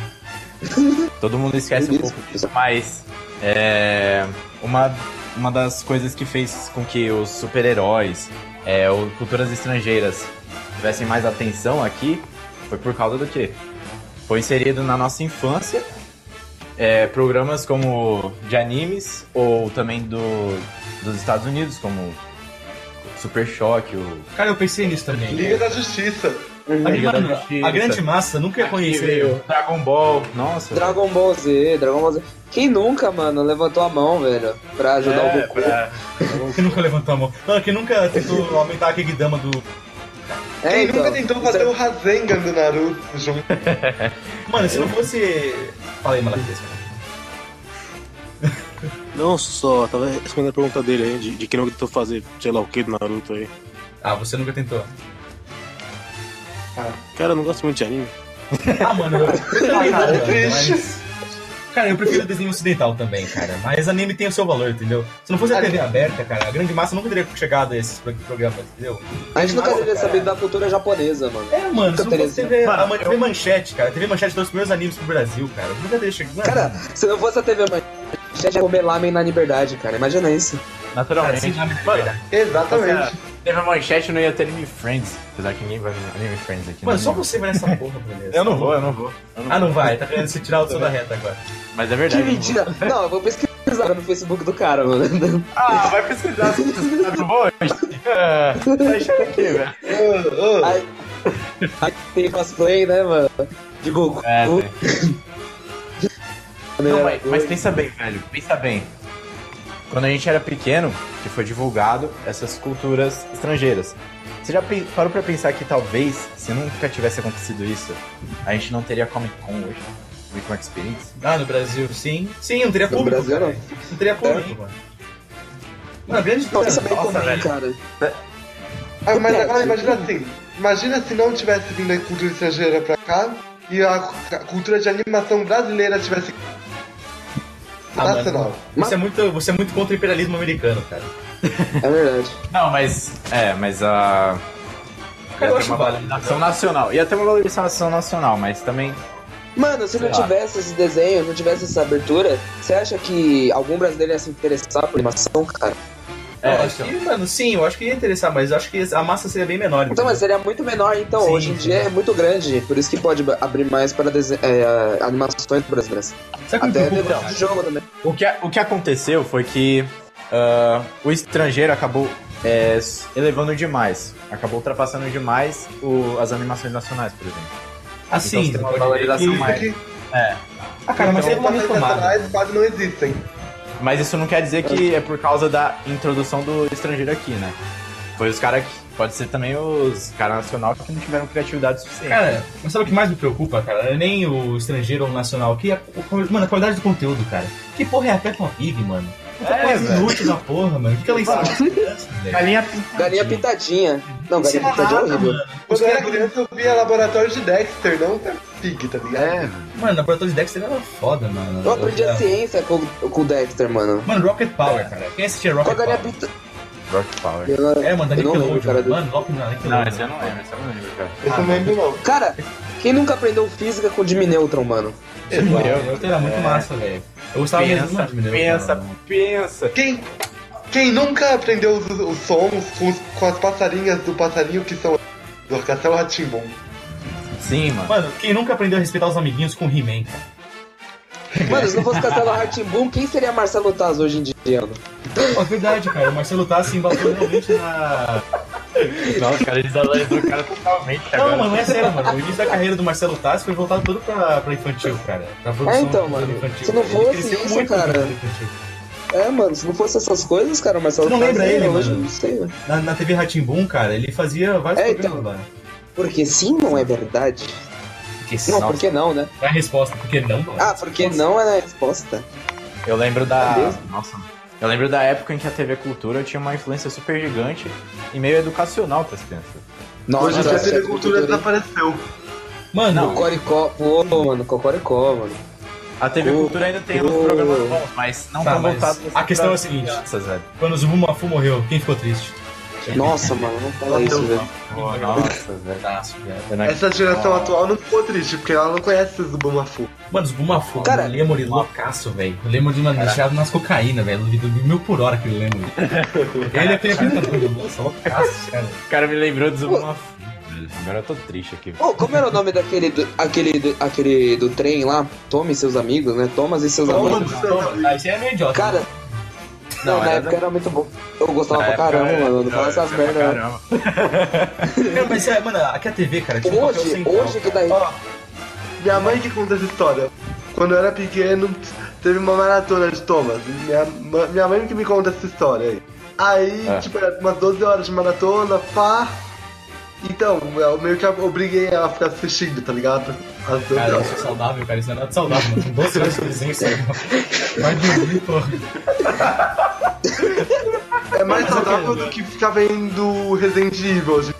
Speaker 3: Todo mundo esquece um pouco disso, mas é, uma, uma das coisas que fez com que os super-heróis, é, ou culturas estrangeiras, tivessem mais atenção aqui foi por causa do quê? Foi inserido na nossa infância é, programas como de animes ou também do, dos Estados Unidos, como Super Choque, o
Speaker 5: Cara, eu pensei nisso também.
Speaker 4: Liga da Justiça.
Speaker 5: A,
Speaker 3: Liga da
Speaker 5: mano,
Speaker 3: Justiça.
Speaker 5: a grande massa nunca ia conhecer.
Speaker 3: Dragon Ball, nossa.
Speaker 2: Dragon Ball Z, Dragon Ball Z. Quem nunca, mano, levantou a mão, velho, pra ajudar o
Speaker 3: é,
Speaker 2: Goku?
Speaker 3: pra-
Speaker 5: Que nunca levantou a mão. Não, que nunca tentou aumentar a Kegdama do.
Speaker 2: É,
Speaker 4: Quem
Speaker 2: então,
Speaker 4: nunca tentou
Speaker 2: isso é-
Speaker 4: fazer o Rasengan do Naruto junto?
Speaker 5: Mano, se não fosse. Fala aí, Malaquias.
Speaker 6: Não só, tava respondendo a pergunta dele aí, de, de que não tentou fazer sei lá o que do Naruto aí.
Speaker 5: Ah, você nunca tentou.
Speaker 6: Cara, eu não gosto muito de anime.
Speaker 5: Ah, mano, eu. Ah,
Speaker 2: é
Speaker 5: cara, mas...
Speaker 4: Triste.
Speaker 5: Cara, eu prefiro desenho ocidental também, cara. Mas anime tem o seu valor, entendeu? Se não fosse a TV aberta, cara, a grande massa nunca teria chegado a esses pro- programas, entendeu?
Speaker 2: A gente nunca
Speaker 5: Nossa,
Speaker 2: deveria
Speaker 5: cara.
Speaker 2: saber da cultura japonesa, mano.
Speaker 5: É, mano, se não fosse
Speaker 2: Interessante.
Speaker 5: TV, a
Speaker 3: Mano,
Speaker 5: man- TV Manchete, cara. A TV Manchete trouxe os primeiros animes pro Brasil, cara. Nunca teria chegado. Mano,
Speaker 2: Cara, se não fosse a TV Manchete, ia comer lamen na liberdade, cara. Imagina isso.
Speaker 5: cara, assim,
Speaker 3: Naturalmente.
Speaker 5: sem nome de
Speaker 3: Mano,
Speaker 5: verdade.
Speaker 4: Exatamente.
Speaker 3: É Teve a manchete não ia ter Anime Friends. Apesar que ninguém vai ver Anime Friends aqui.
Speaker 5: Mano,
Speaker 3: né?
Speaker 5: só você vai nessa porra, beleza?
Speaker 3: Eu não vou, eu não vou.
Speaker 5: Ah, não vai. Tá querendo se tirar o seu da reta agora.
Speaker 3: Mas é
Speaker 2: Que
Speaker 3: verdade. eu não vou.
Speaker 2: mentira. Não, eu vou pesquisar no Facebook do cara, mano.
Speaker 3: Ah, vai pesquisar. se você tá- Não vou hoje. Ah, Deixa aqui, velho.
Speaker 4: Ah, ah.
Speaker 2: Ai. Aí tem cosplay, né, mano? De Goku.
Speaker 3: É, velho.
Speaker 2: né?
Speaker 3: Não, mas, mas pensa bem, velho. Pensa bem. Quando a gente era pequeno, que foi divulgado essas culturas estrangeiras. Você já pe- parou pra pensar que talvez, se nunca tivesse acontecido isso, a gente não teria Comic Con hoje? Comic Con Experience?
Speaker 5: Ah, no Brasil, sim. Sim, não teria
Speaker 2: No
Speaker 5: público.
Speaker 2: Brasil,
Speaker 5: cara.
Speaker 2: não. É.
Speaker 5: Não teria público, mano. Mano, a grande
Speaker 2: Nossa, é bem
Speaker 5: Nossa,
Speaker 2: comum,
Speaker 5: velho.
Speaker 2: cara.
Speaker 4: Ah, mas
Speaker 5: Então,
Speaker 4: agora imagina assim. Imagina se não tivesse vindo a cultura estrangeira pra cá e a cu- a cultura de animação brasileira tivesse.
Speaker 5: Ah, mano.
Speaker 4: Nacional.
Speaker 5: Você é, muito, você é muito contra o imperialismo americano, cara.
Speaker 2: É verdade.
Speaker 3: Não, mas. É, mas a.
Speaker 5: Cara, eu acho
Speaker 3: uma
Speaker 5: válido.
Speaker 3: valorização nacional. Ia ter uma valorização nacional, mas também.
Speaker 2: Mano, se não
Speaker 3: Sei lá.
Speaker 2: tivesse esse desenho, não tivesse essa abertura, você acha que algum brasileiro ia se interessar por animação, cara?
Speaker 5: eu
Speaker 3: É,
Speaker 5: acho
Speaker 2: então.
Speaker 5: que, mano, sim, eu acho que ia interessar, mas eu acho que a massa seria bem menor.
Speaker 2: Então, mas seria muito menor, então.
Speaker 5: Sim,
Speaker 2: Hoje em
Speaker 5: sim.
Speaker 2: dia é muito grande, por isso que pode ba- abrir mais para dese- é, animações brasileiras.
Speaker 5: Sabe o que me
Speaker 2: Até
Speaker 5: preocupa,
Speaker 2: negócio
Speaker 5: cara?
Speaker 2: de jogo também.
Speaker 3: o, que, o que aconteceu foi que ah, o estrangeiro acabou é, s- elevando demais. Acabou ultrapassando demais o- as animações nacionais, por exemplo.
Speaker 5: Assim,
Speaker 3: então você tem uma valorização
Speaker 5: que-
Speaker 3: mais.
Speaker 4: que-
Speaker 5: Ah,
Speaker 3: É.
Speaker 5: cara,
Speaker 2: Então,
Speaker 4: então,
Speaker 5: mas teve uma retomada.
Speaker 4: nacionais quase não existem.
Speaker 3: Mas isso não quer dizer que é por causa da introdução do estrangeiro aqui, né? Foi os caras que. Pode ser também os caras nacional que não tiveram criatividade suficiente.
Speaker 5: Cara, mas sabe o que mais me preocupa, cara? É Nem o estrangeiro ou o nacional, que é, mano, a qualidade do conteúdo, cara. Que porra é a Peppa Pig, mano? Puta
Speaker 3: É,
Speaker 5: coisa
Speaker 3: velho.
Speaker 5: inútil da porra, mano. O que ela ensina pra criança, velho?
Speaker 3: galinha
Speaker 2: Galinha pitadinha. Não,
Speaker 5: Não ensina
Speaker 2: galinha pitadinha é
Speaker 5: nada,
Speaker 2: horrível.
Speaker 5: mano. Os
Speaker 4: Quando eu era
Speaker 5: caras-
Speaker 4: criança eu via laboratório de Dexter, não Pig, tá ligado?
Speaker 3: É,
Speaker 5: Mano, laboratório de Dexter era foda, mano.
Speaker 2: Eu aprendi assim. a ciência com, com o Dexter, mano.
Speaker 5: Mano, Rocket Power, cara. Quem assistia
Speaker 2: Com é a
Speaker 5: Rocket
Speaker 2: galinha
Speaker 5: Power?
Speaker 2: pita...
Speaker 3: Rock Power.
Speaker 2: eu-
Speaker 5: É, mano, da
Speaker 2: Eu não lembro, cara,
Speaker 5: Nickelodeon.
Speaker 2: do-
Speaker 5: Mano, Rocket na Nickelodeon.
Speaker 3: Não, esse eu não lembro, esse eu não lembro, cara.
Speaker 4: Eu
Speaker 5: ah,
Speaker 4: não lembro não.
Speaker 2: Cara, quem nunca aprendeu física com o Jimmy Neutron, mano?
Speaker 5: Eu, eu era muito massa, velho. Eu gostava Tá mesmo
Speaker 3: É, Pensa,
Speaker 5: mano, de Mineiro,
Speaker 3: pensa,
Speaker 5: cara.
Speaker 3: pensa.
Speaker 4: Quem, quem nunca aprendeu os, os sons com, os- com as passarinhas do passarinho que são do Castelo Ratimbom?
Speaker 3: Sim, mano.
Speaker 5: Mano, quem nunca aprendeu a respeitar os amiguinhos com He-Man, cara?
Speaker 2: Mano, se não fosse Castelo Boom, quem seria Marcelo Taz hoje em dia? mano?
Speaker 5: Pô, é verdade, cara. O Marcelo Tassi embalou realmente na.
Speaker 3: Nossa, cara, eles analisam o cara totalmente
Speaker 5: Não,
Speaker 3: agora.
Speaker 5: mano, não é sério, mano. O início da carreira do Marcelo Tassi foi voltado todo pra, pra infantil, cara. Pra produção
Speaker 2: É, então,
Speaker 5: do
Speaker 2: mano.
Speaker 5: infantil.
Speaker 2: Se não
Speaker 5: Ele
Speaker 2: fosse
Speaker 5: cresceu
Speaker 2: isso,
Speaker 5: muito com
Speaker 2: cara.
Speaker 5: produção infantil.
Speaker 2: É, mano, se não fosse essas coisas, cara, o Marcelo
Speaker 5: Tu não
Speaker 2: Taz
Speaker 5: lembra
Speaker 2: seria
Speaker 5: ele,
Speaker 2: hoje,
Speaker 5: mano?
Speaker 2: não sei, mano.
Speaker 5: Na, na TV Ratimbum, cara, ele fazia vários
Speaker 2: É,
Speaker 5: programas
Speaker 2: então.
Speaker 5: lá.
Speaker 2: Porque sim, não é verdade.
Speaker 5: Porque,
Speaker 2: Não,
Speaker 5: nossa,
Speaker 2: por que não, né?
Speaker 5: qual é a resposta? Porque não, mano.
Speaker 2: Ah, porque não é a resposta.
Speaker 3: Eu lembro da.
Speaker 2: Beleza.
Speaker 3: Nossa, eu lembro da época em que a TV Cultura tinha uma influência super gigante e meio educacional tá pras crianças.
Speaker 4: Hoje a
Speaker 2: essa é
Speaker 3: é
Speaker 4: agricultura
Speaker 2: hein?
Speaker 4: desapareceu.
Speaker 5: Mano,
Speaker 2: Cocoricó, pô, mano, Cocoricó, mano.
Speaker 3: A TV
Speaker 2: Oh,
Speaker 3: Cultura ainda tem
Speaker 2: oh.
Speaker 3: uns programas bons, mas não
Speaker 5: Tá,
Speaker 3: tão
Speaker 5: mas
Speaker 3: voltados.
Speaker 5: a questão é
Speaker 3: pras
Speaker 5: a seguinte.
Speaker 3: crianças, velho.
Speaker 5: quando o Zubu Mafu morreu, quem ficou triste?
Speaker 2: Nossa, mano, não fala isso, velho.
Speaker 3: Pô, nossa, velho.
Speaker 5: Pedaço, velho.
Speaker 3: Eu não
Speaker 4: Essa geração
Speaker 3: Ah.
Speaker 4: atual não ficou triste, porque ela não conhece os Bumafu.
Speaker 5: Mano, os Bumafu,
Speaker 2: Cara,
Speaker 5: cara, Lemuri loucaço, velho. O Lemuri, mano, deixado nas cocaína, velho. Do mil por hora aquele Lemuri. Ele é aquele apresentador do Bolsa, loucaço, cara.
Speaker 3: O cara me lembrou de uma. Agora eu tô triste aqui.
Speaker 2: Ô, como era o nome daquele do, aquele, do- aquele do trem lá? Tome e seus amigos, né? Thomas e seus amigos.
Speaker 5: Ah, Isso aí é meio idiota.
Speaker 2: Então, Cara, não,
Speaker 3: Não,
Speaker 2: na
Speaker 3: era-
Speaker 2: época era muito bom. Eu gostava
Speaker 3: Na
Speaker 2: pra
Speaker 3: época,
Speaker 2: caramba,
Speaker 3: é,
Speaker 2: mano. Não fala
Speaker 3: eu-
Speaker 2: essas
Speaker 3: eu-
Speaker 2: merda. não.
Speaker 3: caramba.
Speaker 5: Cara, mas, é, mano, aqui é a TV, cara. Tipo,
Speaker 2: Hoje, hoje que dá.
Speaker 4: Minha mãe que conta essa história. Quando eu era pequeno, teve uma maratona de Thomas. Minha, ma- minha mãe que me conta essa história aí. Aí,
Speaker 3: É.
Speaker 4: tipo, era umas 12 horas de maratona, pá. Então, eu meio que obriguei ela a ficar assistindo, tá ligado? As 12
Speaker 5: Cara,
Speaker 4: horas.
Speaker 5: isso é saudável, cara. Isso não é nada saudável, mano. Com 12 horas de televisão,
Speaker 2: É.
Speaker 5: isso aí. Vai dormir, porra.
Speaker 4: É mais saudável do que ficar vendo Resident Evil. hoje.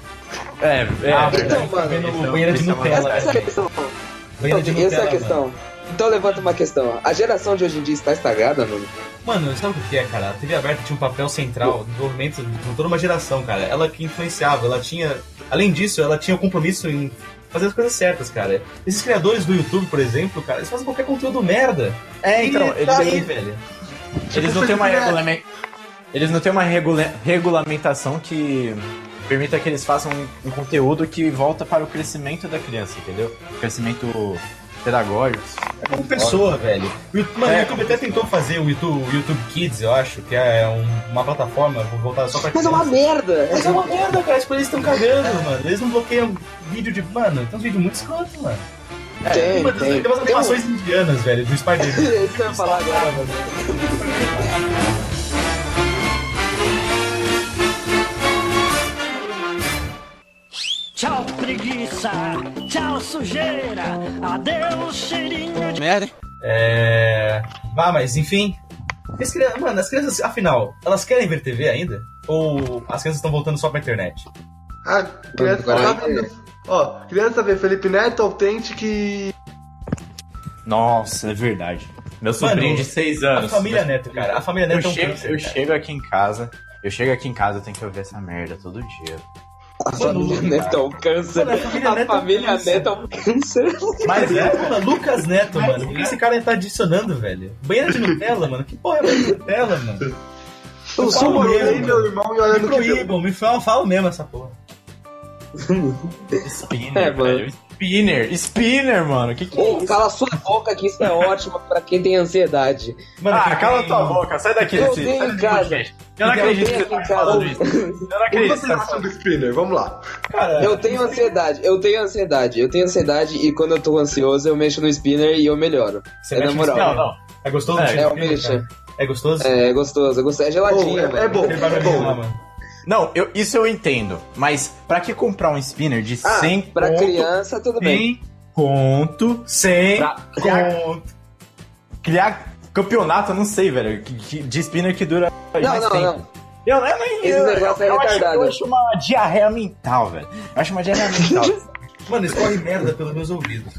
Speaker 3: É, é.
Speaker 5: Ah,
Speaker 3: verdade.
Speaker 2: Então, mano,
Speaker 5: vendo
Speaker 3: Isso é-
Speaker 5: banheira de
Speaker 3: isso é uma
Speaker 5: Nutella.
Speaker 3: verdade.
Speaker 2: Essa, essa é a questão.
Speaker 5: Banheira de
Speaker 2: essa é
Speaker 5: Nutella,
Speaker 2: a questão. Então levanta uma questão. A geração de hoje em dia está estragada, mano?
Speaker 5: Mano, sabe o que é, cara? A TV aberta tinha um papel central no desenvolvimento de toda uma geração, cara. Ela que influenciava, ela tinha. Além disso, ela tinha o compromisso em fazer as coisas certas, cara. Esses criadores do YouTube, por exemplo, cara, eles fazem qualquer conteúdo merda.
Speaker 3: É, então,
Speaker 5: ele
Speaker 3: eles,
Speaker 5: tá aí, velho.
Speaker 3: eles não têm uma regulamentação. Eles não têm uma regula- regulamentação que permita que eles façam um, um conteúdo que volta para o crescimento da criança, entendeu? Crescimento pedagógico.
Speaker 5: É como pessoa, velho. O YouTube- Mano, o
Speaker 3: É.
Speaker 5: YouTube até tentou fazer o YouTube, o YouTube Kids, eu acho, que é um- uma plataforma voltada só pra
Speaker 2: Mas é uma
Speaker 5: criança.
Speaker 2: merda!
Speaker 5: Mas é uma merda, cara. Tipo, eles estão cagando, mano. Eles não bloqueiam vídeo de. Mano, tem uns vídeos muito escroto, mano.
Speaker 3: É,
Speaker 2: Tem,
Speaker 5: Mano,
Speaker 2: tem.
Speaker 5: umas
Speaker 2: Tem um-
Speaker 5: animações indianas, velho, do Spider-Man.
Speaker 2: Isso que eu ia falar agora, mano.
Speaker 8: Tchau, preguiça. Tchau, sujeira. Adeus, cheirinho de.
Speaker 5: É. Ah, mas enfim. As crianças, mano, as crianças, afinal, elas querem ver TV ainda? Ou as crianças estão voltando só pra internet?
Speaker 4: Ah, criança
Speaker 2: Vai,
Speaker 4: tá vendo. Ó, criança vê Felipe Neto, autêntico e.
Speaker 3: Nossa, é verdade. Meu sobrinho de 6
Speaker 5: A
Speaker 3: anos.
Speaker 5: família Neto, cara. A família
Speaker 3: eu
Speaker 5: Neto é um
Speaker 3: chego,
Speaker 5: câncer,
Speaker 3: eu
Speaker 5: cara.
Speaker 3: chego aqui em casa. Eu chego aqui em casa, eu tenho que ouvir essa merda todo dia.
Speaker 2: A família Neto é um câncer.
Speaker 5: Mano, a família
Speaker 2: A
Speaker 5: Neto é um
Speaker 2: família
Speaker 5: câncer.
Speaker 2: Neto é um câncer.
Speaker 5: Mas é, mano, Lucas Neto, mano. Por que esse cara tá adicionando, velho? Banheira de Nutella, mano. Que porra é banheira de Nutella, mano?
Speaker 2: Eu sou
Speaker 5: Fala
Speaker 4: Eu
Speaker 5: mesmo,
Speaker 4: e meu irmão e
Speaker 5: né? Me
Speaker 4: olhando que.
Speaker 5: proíbam, me fala, falo mesmo essa porra.
Speaker 3: Spinner,
Speaker 2: É, mano.
Speaker 3: velho. Spinner. Spinner, mano. Que que é
Speaker 2: Ô,
Speaker 3: isso?
Speaker 2: cala sua boca que isso é ótimo pra quem tem ansiedade.
Speaker 5: Mano,
Speaker 3: ah,
Speaker 5: quem
Speaker 3: cala
Speaker 5: tem-
Speaker 3: tua boca, sai daqui,
Speaker 2: Eu
Speaker 3: Nessi.
Speaker 2: tenho
Speaker 3: Sai
Speaker 2: em
Speaker 3: desse
Speaker 2: casa.
Speaker 3: podcast. Eu não acredito que
Speaker 2: tenho aqui
Speaker 3: você tá
Speaker 2: em
Speaker 3: falando
Speaker 2: casa.
Speaker 3: isso. Eu não
Speaker 4: O que
Speaker 3: acredito que
Speaker 4: vocês
Speaker 3: você tá
Speaker 4: acham do Spinner? Vamos lá.
Speaker 2: Eu tenho ansiedade, eu tenho ansiedade, eu tenho ansiedade e quando eu tô ansioso eu mexo no spinner e eu melhoro.
Speaker 5: Você
Speaker 2: é na
Speaker 5: mexe no
Speaker 2: moral.
Speaker 3: Não, não.
Speaker 5: É gostoso?
Speaker 3: É,
Speaker 5: do
Speaker 2: é o
Speaker 5: Spinner,
Speaker 2: mexa.
Speaker 5: cara? É gostoso?
Speaker 2: É gostoso, é gostoso. É geladinho,
Speaker 4: Bom, é-
Speaker 2: mano.
Speaker 4: é bom.
Speaker 5: Ele vai
Speaker 4: é
Speaker 5: beber
Speaker 4: bom.
Speaker 5: lá, mano.
Speaker 3: Não, eu- isso eu entendo. Mas pra que comprar um spinner de
Speaker 2: Ah,
Speaker 3: 100
Speaker 2: pra
Speaker 3: conto?
Speaker 2: criança, tudo bem.
Speaker 3: 100 conto.
Speaker 5: Sem
Speaker 3: Pra criar,
Speaker 5: conto.
Speaker 3: criar campeonato, eu não sei, velho. que- que- De spinner que dura
Speaker 2: Não,
Speaker 3: mais
Speaker 2: não,
Speaker 3: tempo.
Speaker 2: não.
Speaker 3: Eu, eu nem.
Speaker 2: Esse
Speaker 3: eu,
Speaker 2: negócio é
Speaker 3: eu acho,
Speaker 2: retardado.
Speaker 3: eu acho uma diarreia mental, velho. Eu acho uma diarreia mental.
Speaker 5: Mano, escorre merda pelos meus ouvidos.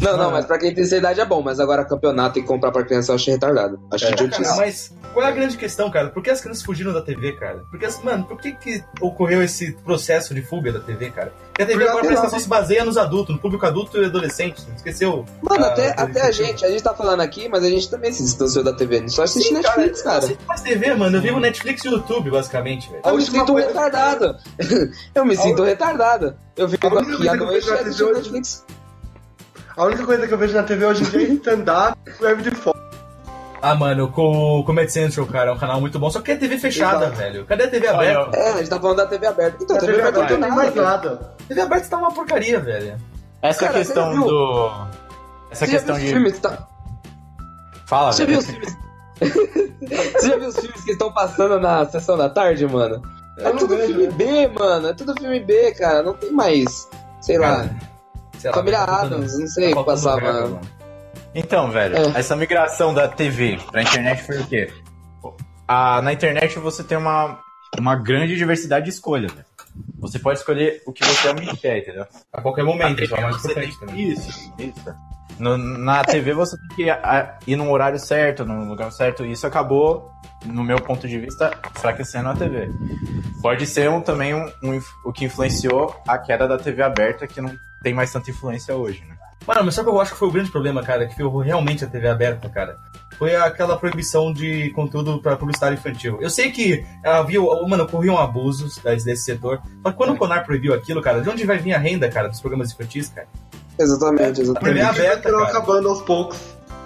Speaker 2: Não,
Speaker 5: Ah.
Speaker 2: não, mas pra quem tem ansiedade é bom, mas agora campeonato e comprar pra criança eu acho retardado. Acho
Speaker 5: Cara,
Speaker 2: idiotice.
Speaker 5: mas qual é a grande questão, cara? Por que as crianças fugiram da TV, cara? Porque, as- mano, por que, que ocorreu esse processo de fuga da TV, cara? Porque a TV
Speaker 4: Porque
Speaker 5: agora
Speaker 4: ela-
Speaker 5: parece que ela só se baseia nos adultos, no público adulto e adolescente. Esqueceu?
Speaker 2: Mano,
Speaker 5: Ah,
Speaker 2: até,
Speaker 5: tá
Speaker 2: até a
Speaker 5: difícil.
Speaker 2: gente, a gente tá falando aqui, mas a gente também se distanciou da TV. A gente só assiste Netflix, cara.
Speaker 5: Eu
Speaker 4: assim,
Speaker 5: sinto mais TV, mano. Eu vivo Netflix e YouTube, basicamente, velho.
Speaker 2: Eu me
Speaker 4: última
Speaker 2: sinto
Speaker 4: coisa-
Speaker 2: retardado. eu me sinto retardado. Eu fico
Speaker 4: A única
Speaker 2: aqui
Speaker 4: coisa
Speaker 2: à
Speaker 4: que eu
Speaker 2: noite
Speaker 4: vejo na
Speaker 2: assistindo
Speaker 4: TV
Speaker 2: Netflix.
Speaker 4: A única coisa que eu vejo na TV hoje em dia é stand-up e web de foto.
Speaker 2: é-
Speaker 5: Ah, mano, com o Comedy Central, cara, é um canal muito bom. Só que é TV fechada,
Speaker 4: Exato.
Speaker 5: velho. Cadê a TV
Speaker 3: Olha,
Speaker 5: aberta?
Speaker 2: É, a gente tá falando da TV aberta. Então, a
Speaker 4: Na
Speaker 2: TV,
Speaker 4: TV
Speaker 2: aberta
Speaker 4: agora
Speaker 2: não tem
Speaker 4: não
Speaker 5: né?
Speaker 4: tem mais
Speaker 2: nada.
Speaker 4: nada.
Speaker 5: TV aberta tá uma porcaria, velho.
Speaker 3: Essa
Speaker 2: Cara,
Speaker 3: questão
Speaker 2: você viu?
Speaker 3: do. Essa
Speaker 2: Você já viu
Speaker 3: questão
Speaker 2: os
Speaker 3: de.
Speaker 2: filmes? Tá...
Speaker 3: Fala,
Speaker 2: Você já viu
Speaker 3: velho.
Speaker 2: os filmes? Você já viu os filmes que estão passando na sessão da tarde, mano? É
Speaker 4: Eu não
Speaker 2: tudo
Speaker 4: vejo,
Speaker 2: filme
Speaker 4: né?
Speaker 2: B, mano. É tudo filme B, cara. Não tem mais. Sei lá.
Speaker 5: Sei lá,
Speaker 2: Família
Speaker 5: tá faltando-
Speaker 2: Adams, não sei o
Speaker 5: tá
Speaker 2: que
Speaker 5: faltando
Speaker 2: passava.
Speaker 5: verba,
Speaker 2: mano.
Speaker 3: Então, velho,
Speaker 2: É.
Speaker 3: essa migração da TV pra internet foi o quê? Ah, na internet você tem uma, uma grande diversidade de escolhas, velho. Você pode escolher o que você realmente quer, entendeu?
Speaker 5: A qualquer momento, isso é o mais
Speaker 3: Você tem-
Speaker 5: importante também.
Speaker 3: Isso, isso. No- na TV você tem que ah, ir num horário certo, num lugar certo, e isso acabou, no meu ponto de vista, enfraquecendo a TV. Pode ser um, também um- um inf- o que influenciou a queda da TV aberta, que não tem mais tanta influência hoje, né?
Speaker 5: Mano, mas sabe o que eu acho que foi o grande problema, cara? Que ferrou realmente a TV aberta, cara? Foi aquela proibição de conteúdo pra publicidade infantil. Eu sei que havia, mano, ocorriam abusos desse desse setor, mas quando o Conar proibiu aquilo, cara, de onde vai vir a renda, cara, dos programas infantis, cara?
Speaker 2: Exatamente,
Speaker 5: A TV
Speaker 2: exatamente.
Speaker 5: Tá aberta,
Speaker 4: Foram
Speaker 5: cara.
Speaker 4: acabando aos poucos.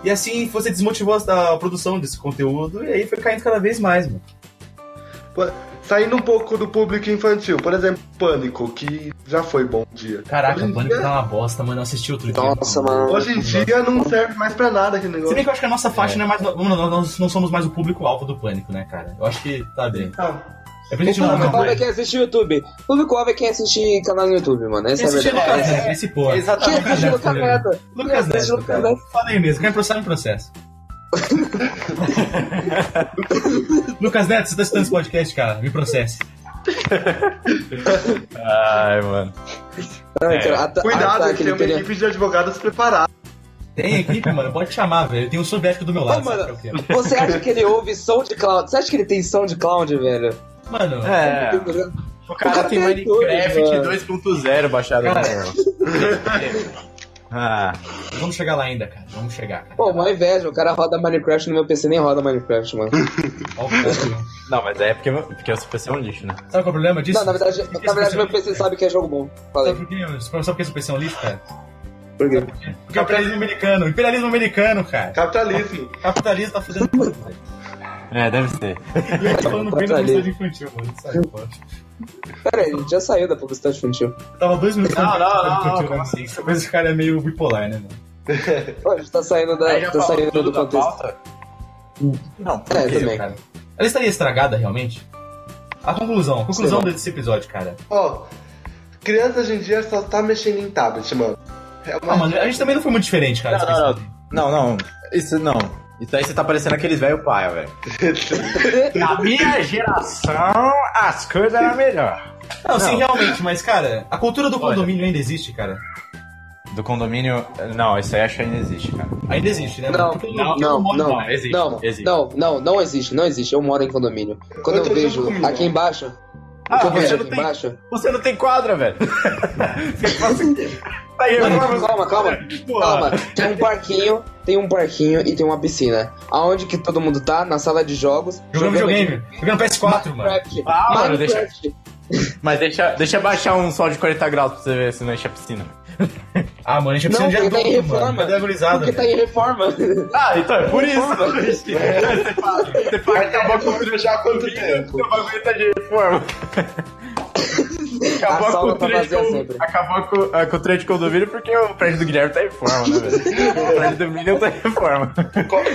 Speaker 5: E assim, você desmotivou a a produção desse conteúdo e aí foi caindo cada vez mais, mano.
Speaker 4: Pô, Saindo um pouco do público infantil. Por exemplo, Pânico, que já foi bom dia.
Speaker 5: Caraca,
Speaker 4: Hoje
Speaker 5: o
Speaker 4: em
Speaker 5: Pânico
Speaker 4: dia-
Speaker 5: tá né? uma bosta, mano. Eu assisti outro dia.
Speaker 2: Nossa, mano.
Speaker 4: Hoje em dia não serve mais pra nada aquele
Speaker 5: Se bem
Speaker 4: negócio.
Speaker 5: que eu acho que a nossa faixa não é mais. Mano, nós- nós não somos mais o público-alvo do pânico, né, cara? Eu acho que tá bem.
Speaker 4: Ah,
Speaker 5: É por isso que a gente
Speaker 2: O
Speaker 5: não-
Speaker 2: público-alvo é
Speaker 5: não.
Speaker 2: quem assiste YouTube. O público-alvo é quem assiste canal no YouTube, mano. Essa é a
Speaker 5: Esse Chico
Speaker 2: verdade.
Speaker 5: Cazé, esse porra.
Speaker 2: Quem assiste
Speaker 5: Exatamente.
Speaker 2: Lucas Neto?
Speaker 5: Lucas
Speaker 2: Quem assiste
Speaker 5: Neto,
Speaker 2: Lucas
Speaker 5: cara.
Speaker 2: Neto?
Speaker 5: Fala aí mesmo, quer processar no processo. Lucas Neto, você tá assistindo esse podcast, cara? Me processe.
Speaker 3: Ai, mano.
Speaker 2: Não, então, cara, ata-
Speaker 4: Cuidado,
Speaker 2: ataque,
Speaker 4: tem
Speaker 2: tá, ele
Speaker 4: uma
Speaker 2: teria-
Speaker 4: equipe de advogados preparada.
Speaker 5: Tem equipe, mano, pode chamar, velho. Tem um soviético do meu
Speaker 2: Ô,
Speaker 5: lado. sabe é?
Speaker 2: mano,
Speaker 5: pra quê?
Speaker 2: você acha que ele ouve SoundCloud? Você acha que ele tem SoundCloud, velho?
Speaker 5: Mano,
Speaker 3: É. O cara,
Speaker 2: cara tem
Speaker 3: tem Minecraft
Speaker 2: dois, mano.
Speaker 3: 2.0 baixado no
Speaker 5: Cara.
Speaker 3: meu. Ah,
Speaker 5: vamos chegar lá ainda, cara. Vamos chegar, cara.
Speaker 2: Pô, uma inveja, o cara roda Minecraft no meu PC, nem roda Minecraft, mano.
Speaker 5: Ó o cara.
Speaker 3: não, mas é porque, porque o PC é um lixo, né?
Speaker 5: Sabe qual é o problema disso?
Speaker 2: Não, na verdade,
Speaker 5: Por que
Speaker 2: na
Speaker 5: esse
Speaker 2: verdade meu
Speaker 5: é um lixo,
Speaker 2: PC sabe que é jogo bom.
Speaker 5: cara?
Speaker 2: Falei.
Speaker 5: Sabe por quê? mano? Sabe por que esse PC é um lixo, cara?
Speaker 2: Por quê?
Speaker 5: Porque é o imperialismo americano. Imperialismo americano, cara.
Speaker 4: Capitalismo.
Speaker 5: Capitalismo tá fudendo tudo, velho.
Speaker 3: É, deve ser.
Speaker 5: E eu tô falando bem da publicidade infantil, mano. Sabe, pô.
Speaker 2: Pera aí, a gente já saiu da publicidade infantil.
Speaker 5: Tava dois minutos
Speaker 3: Não,
Speaker 5: falando
Speaker 3: não,
Speaker 5: publicidade
Speaker 3: não,
Speaker 5: infantil,
Speaker 3: não,
Speaker 5: né?
Speaker 3: como assim?
Speaker 5: Essa coisa de cara é meio bipolar, né, mano?
Speaker 2: Pô, a gente tá saindo
Speaker 3: Aí
Speaker 2: da,
Speaker 3: já
Speaker 2: tá
Speaker 3: falou
Speaker 2: saindo
Speaker 3: tudo
Speaker 2: do
Speaker 3: da
Speaker 2: contexto.
Speaker 3: pauta? Não, por
Speaker 2: É,
Speaker 3: quê?
Speaker 2: também.
Speaker 5: Cara, Ela estaria estragada, realmente? A conclusão, a conclusão desse episódio, cara.
Speaker 4: Ó, criança hoje em dia só tá mexendo em tablet, mano. É uma-
Speaker 5: Ah, mano, a gente também não foi muito diferente, cara.
Speaker 3: Não,
Speaker 5: desse
Speaker 3: não,
Speaker 5: episódio.
Speaker 3: Não, não. Isso não. Isso aí você tá parecendo aqueles velho pai, velho. Na minha geração, as coisas eram melhor.
Speaker 5: Não, sim,
Speaker 3: Não.
Speaker 5: realmente, mas, cara, a cultura do
Speaker 3: Olha.
Speaker 5: condomínio ainda existe, cara.
Speaker 3: Do condomínio. Não, isso aí acho que ainda existe, cara.
Speaker 5: Ainda existe, né?
Speaker 2: Não,
Speaker 5: Porque todo
Speaker 2: não,
Speaker 5: mundo- todo
Speaker 2: não,
Speaker 5: mundo
Speaker 2: não,
Speaker 5: mora lá.
Speaker 3: existe,
Speaker 2: não,
Speaker 3: existe.
Speaker 2: não, não, não existe, não existe. Eu moro em condomínio. Quando eu,
Speaker 4: Eu tô junto
Speaker 2: vejo
Speaker 4: comigo.
Speaker 2: aqui embaixo,
Speaker 3: Ah,
Speaker 2: o que eu
Speaker 3: você
Speaker 2: vejo
Speaker 3: não
Speaker 2: aqui
Speaker 3: tem-
Speaker 2: embaixo.
Speaker 3: Você não tem quadra, velho. Você faz o quê? Tá aí,
Speaker 2: Mano,
Speaker 3: reforma-
Speaker 2: calma, calma,
Speaker 3: Porra.
Speaker 2: calma. Tem um parquinho, tem um parquinho e tem uma piscina. Aonde que todo mundo tá? Na sala de jogos.
Speaker 5: Jogando videogame, jogando PS4, mano.
Speaker 2: Minecraft.
Speaker 3: Ah, mano,
Speaker 2: Minecraft.
Speaker 3: Mas deixa, deixa baixar um sol de 40 graus pra você ver se não enche a piscina.
Speaker 5: Ah, mano, a gente precisa
Speaker 2: Não,
Speaker 5: de
Speaker 2: porque tá em
Speaker 5: adulto, mano.
Speaker 2: reforma.
Speaker 5: Cadê a gurizada?
Speaker 2: Porque tá em reforma.
Speaker 3: Ah, então é por isso. bicho. Você fala- Você fala que acabou com o
Speaker 4: Cultura já há quanto tempo?
Speaker 3: seu bagulho tá de reforma. Acabou
Speaker 2: A
Speaker 3: a,
Speaker 2: sala tá
Speaker 3: cultura de
Speaker 2: vazia
Speaker 3: con-
Speaker 2: sempre.
Speaker 3: acabou com a cultura de condomínio porque o prédio do Guilherme tá em forma, né, velho? O prédio do Minion tá em forma.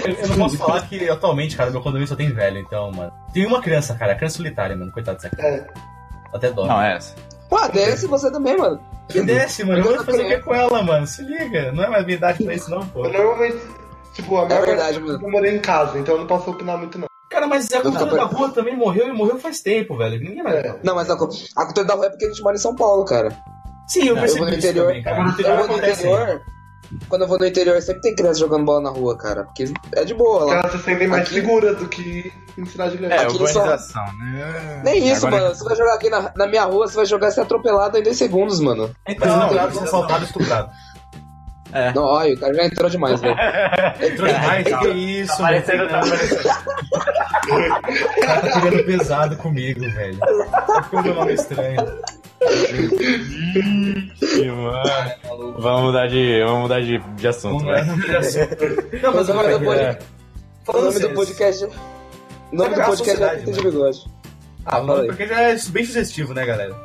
Speaker 5: Eu não posso falar que atualmente, cara, meu condomínio só tem velho, então, mano. Tem uma criança, cara, criança solitária, mano. Coitado dessa criança.
Speaker 4: É.
Speaker 5: Até dó.
Speaker 3: Não, é essa.
Speaker 2: Pô, desce você também, mano.
Speaker 5: Que desce, mano. Eu
Speaker 2: Mas
Speaker 5: vou fazer o que
Speaker 2: criança-
Speaker 5: com ela, mano? Se liga. Não é mais minha idade pra isso, não, pô.
Speaker 4: Normalmente, tipo, a maior
Speaker 2: É verdade,
Speaker 4: parte
Speaker 2: mano.
Speaker 4: eu morei em casa, então eu não posso opinar muito não.
Speaker 5: Cara, mas a cultura
Speaker 2: tá
Speaker 5: da rua também morreu e morreu faz tempo, velho. Ninguém mais.
Speaker 4: É.
Speaker 2: Não, mas a, cu- a cultura da rua é porque a gente mora em São Paulo, cara.
Speaker 5: Sim, eu
Speaker 2: Eu
Speaker 5: percebi
Speaker 2: vou no
Speaker 5: isso
Speaker 2: interior.
Speaker 5: também, cara. No interior
Speaker 2: Eu vou no
Speaker 5: acontece.
Speaker 2: interior. Quando eu vou no interior, sempre tem criança jogando bola na rua, cara. Porque é de boa lá.
Speaker 4: Elas se sentem mais
Speaker 2: Aqui-
Speaker 4: seguras do que em cidade grande.
Speaker 3: É,
Speaker 2: Aqui só-
Speaker 3: urbanização, né?
Speaker 2: Nem isso,
Speaker 3: Agora-
Speaker 2: mano. Você vai jogar aqui na, na minha rua, você vai jogar ser atropelado em dois segundos, mano.
Speaker 5: Então,
Speaker 3: Não,
Speaker 5: não,
Speaker 3: não,
Speaker 5: não,
Speaker 3: não.
Speaker 5: assaltado e estuprado.
Speaker 3: É.
Speaker 2: Não, olha, o cara já entrou demais, velho.
Speaker 5: Entrou demais,
Speaker 3: tá.
Speaker 5: que isso,
Speaker 3: Tá
Speaker 5: mano.
Speaker 3: parecendo, tá parecendo.
Speaker 5: O cara tá pegando pesado comigo, velho. Tá ficando um nome estranho.
Speaker 3: Ih, mano. Vamos mudar de, vamos mudar de, de assunto,
Speaker 5: é?
Speaker 3: velho.
Speaker 5: Não, mas
Speaker 2: O nome
Speaker 5: agora
Speaker 2: do pod-
Speaker 3: é.
Speaker 5: depois.
Speaker 2: O nome do podcast. O nome
Speaker 5: Sabe
Speaker 2: do
Speaker 5: a
Speaker 2: podcast é
Speaker 5: sociedade,
Speaker 2: Pinto de
Speaker 5: mano?
Speaker 2: Bigode.
Speaker 5: Ah,
Speaker 2: fala aí.
Speaker 5: mano, porque já é bem sugestivo, né, galera?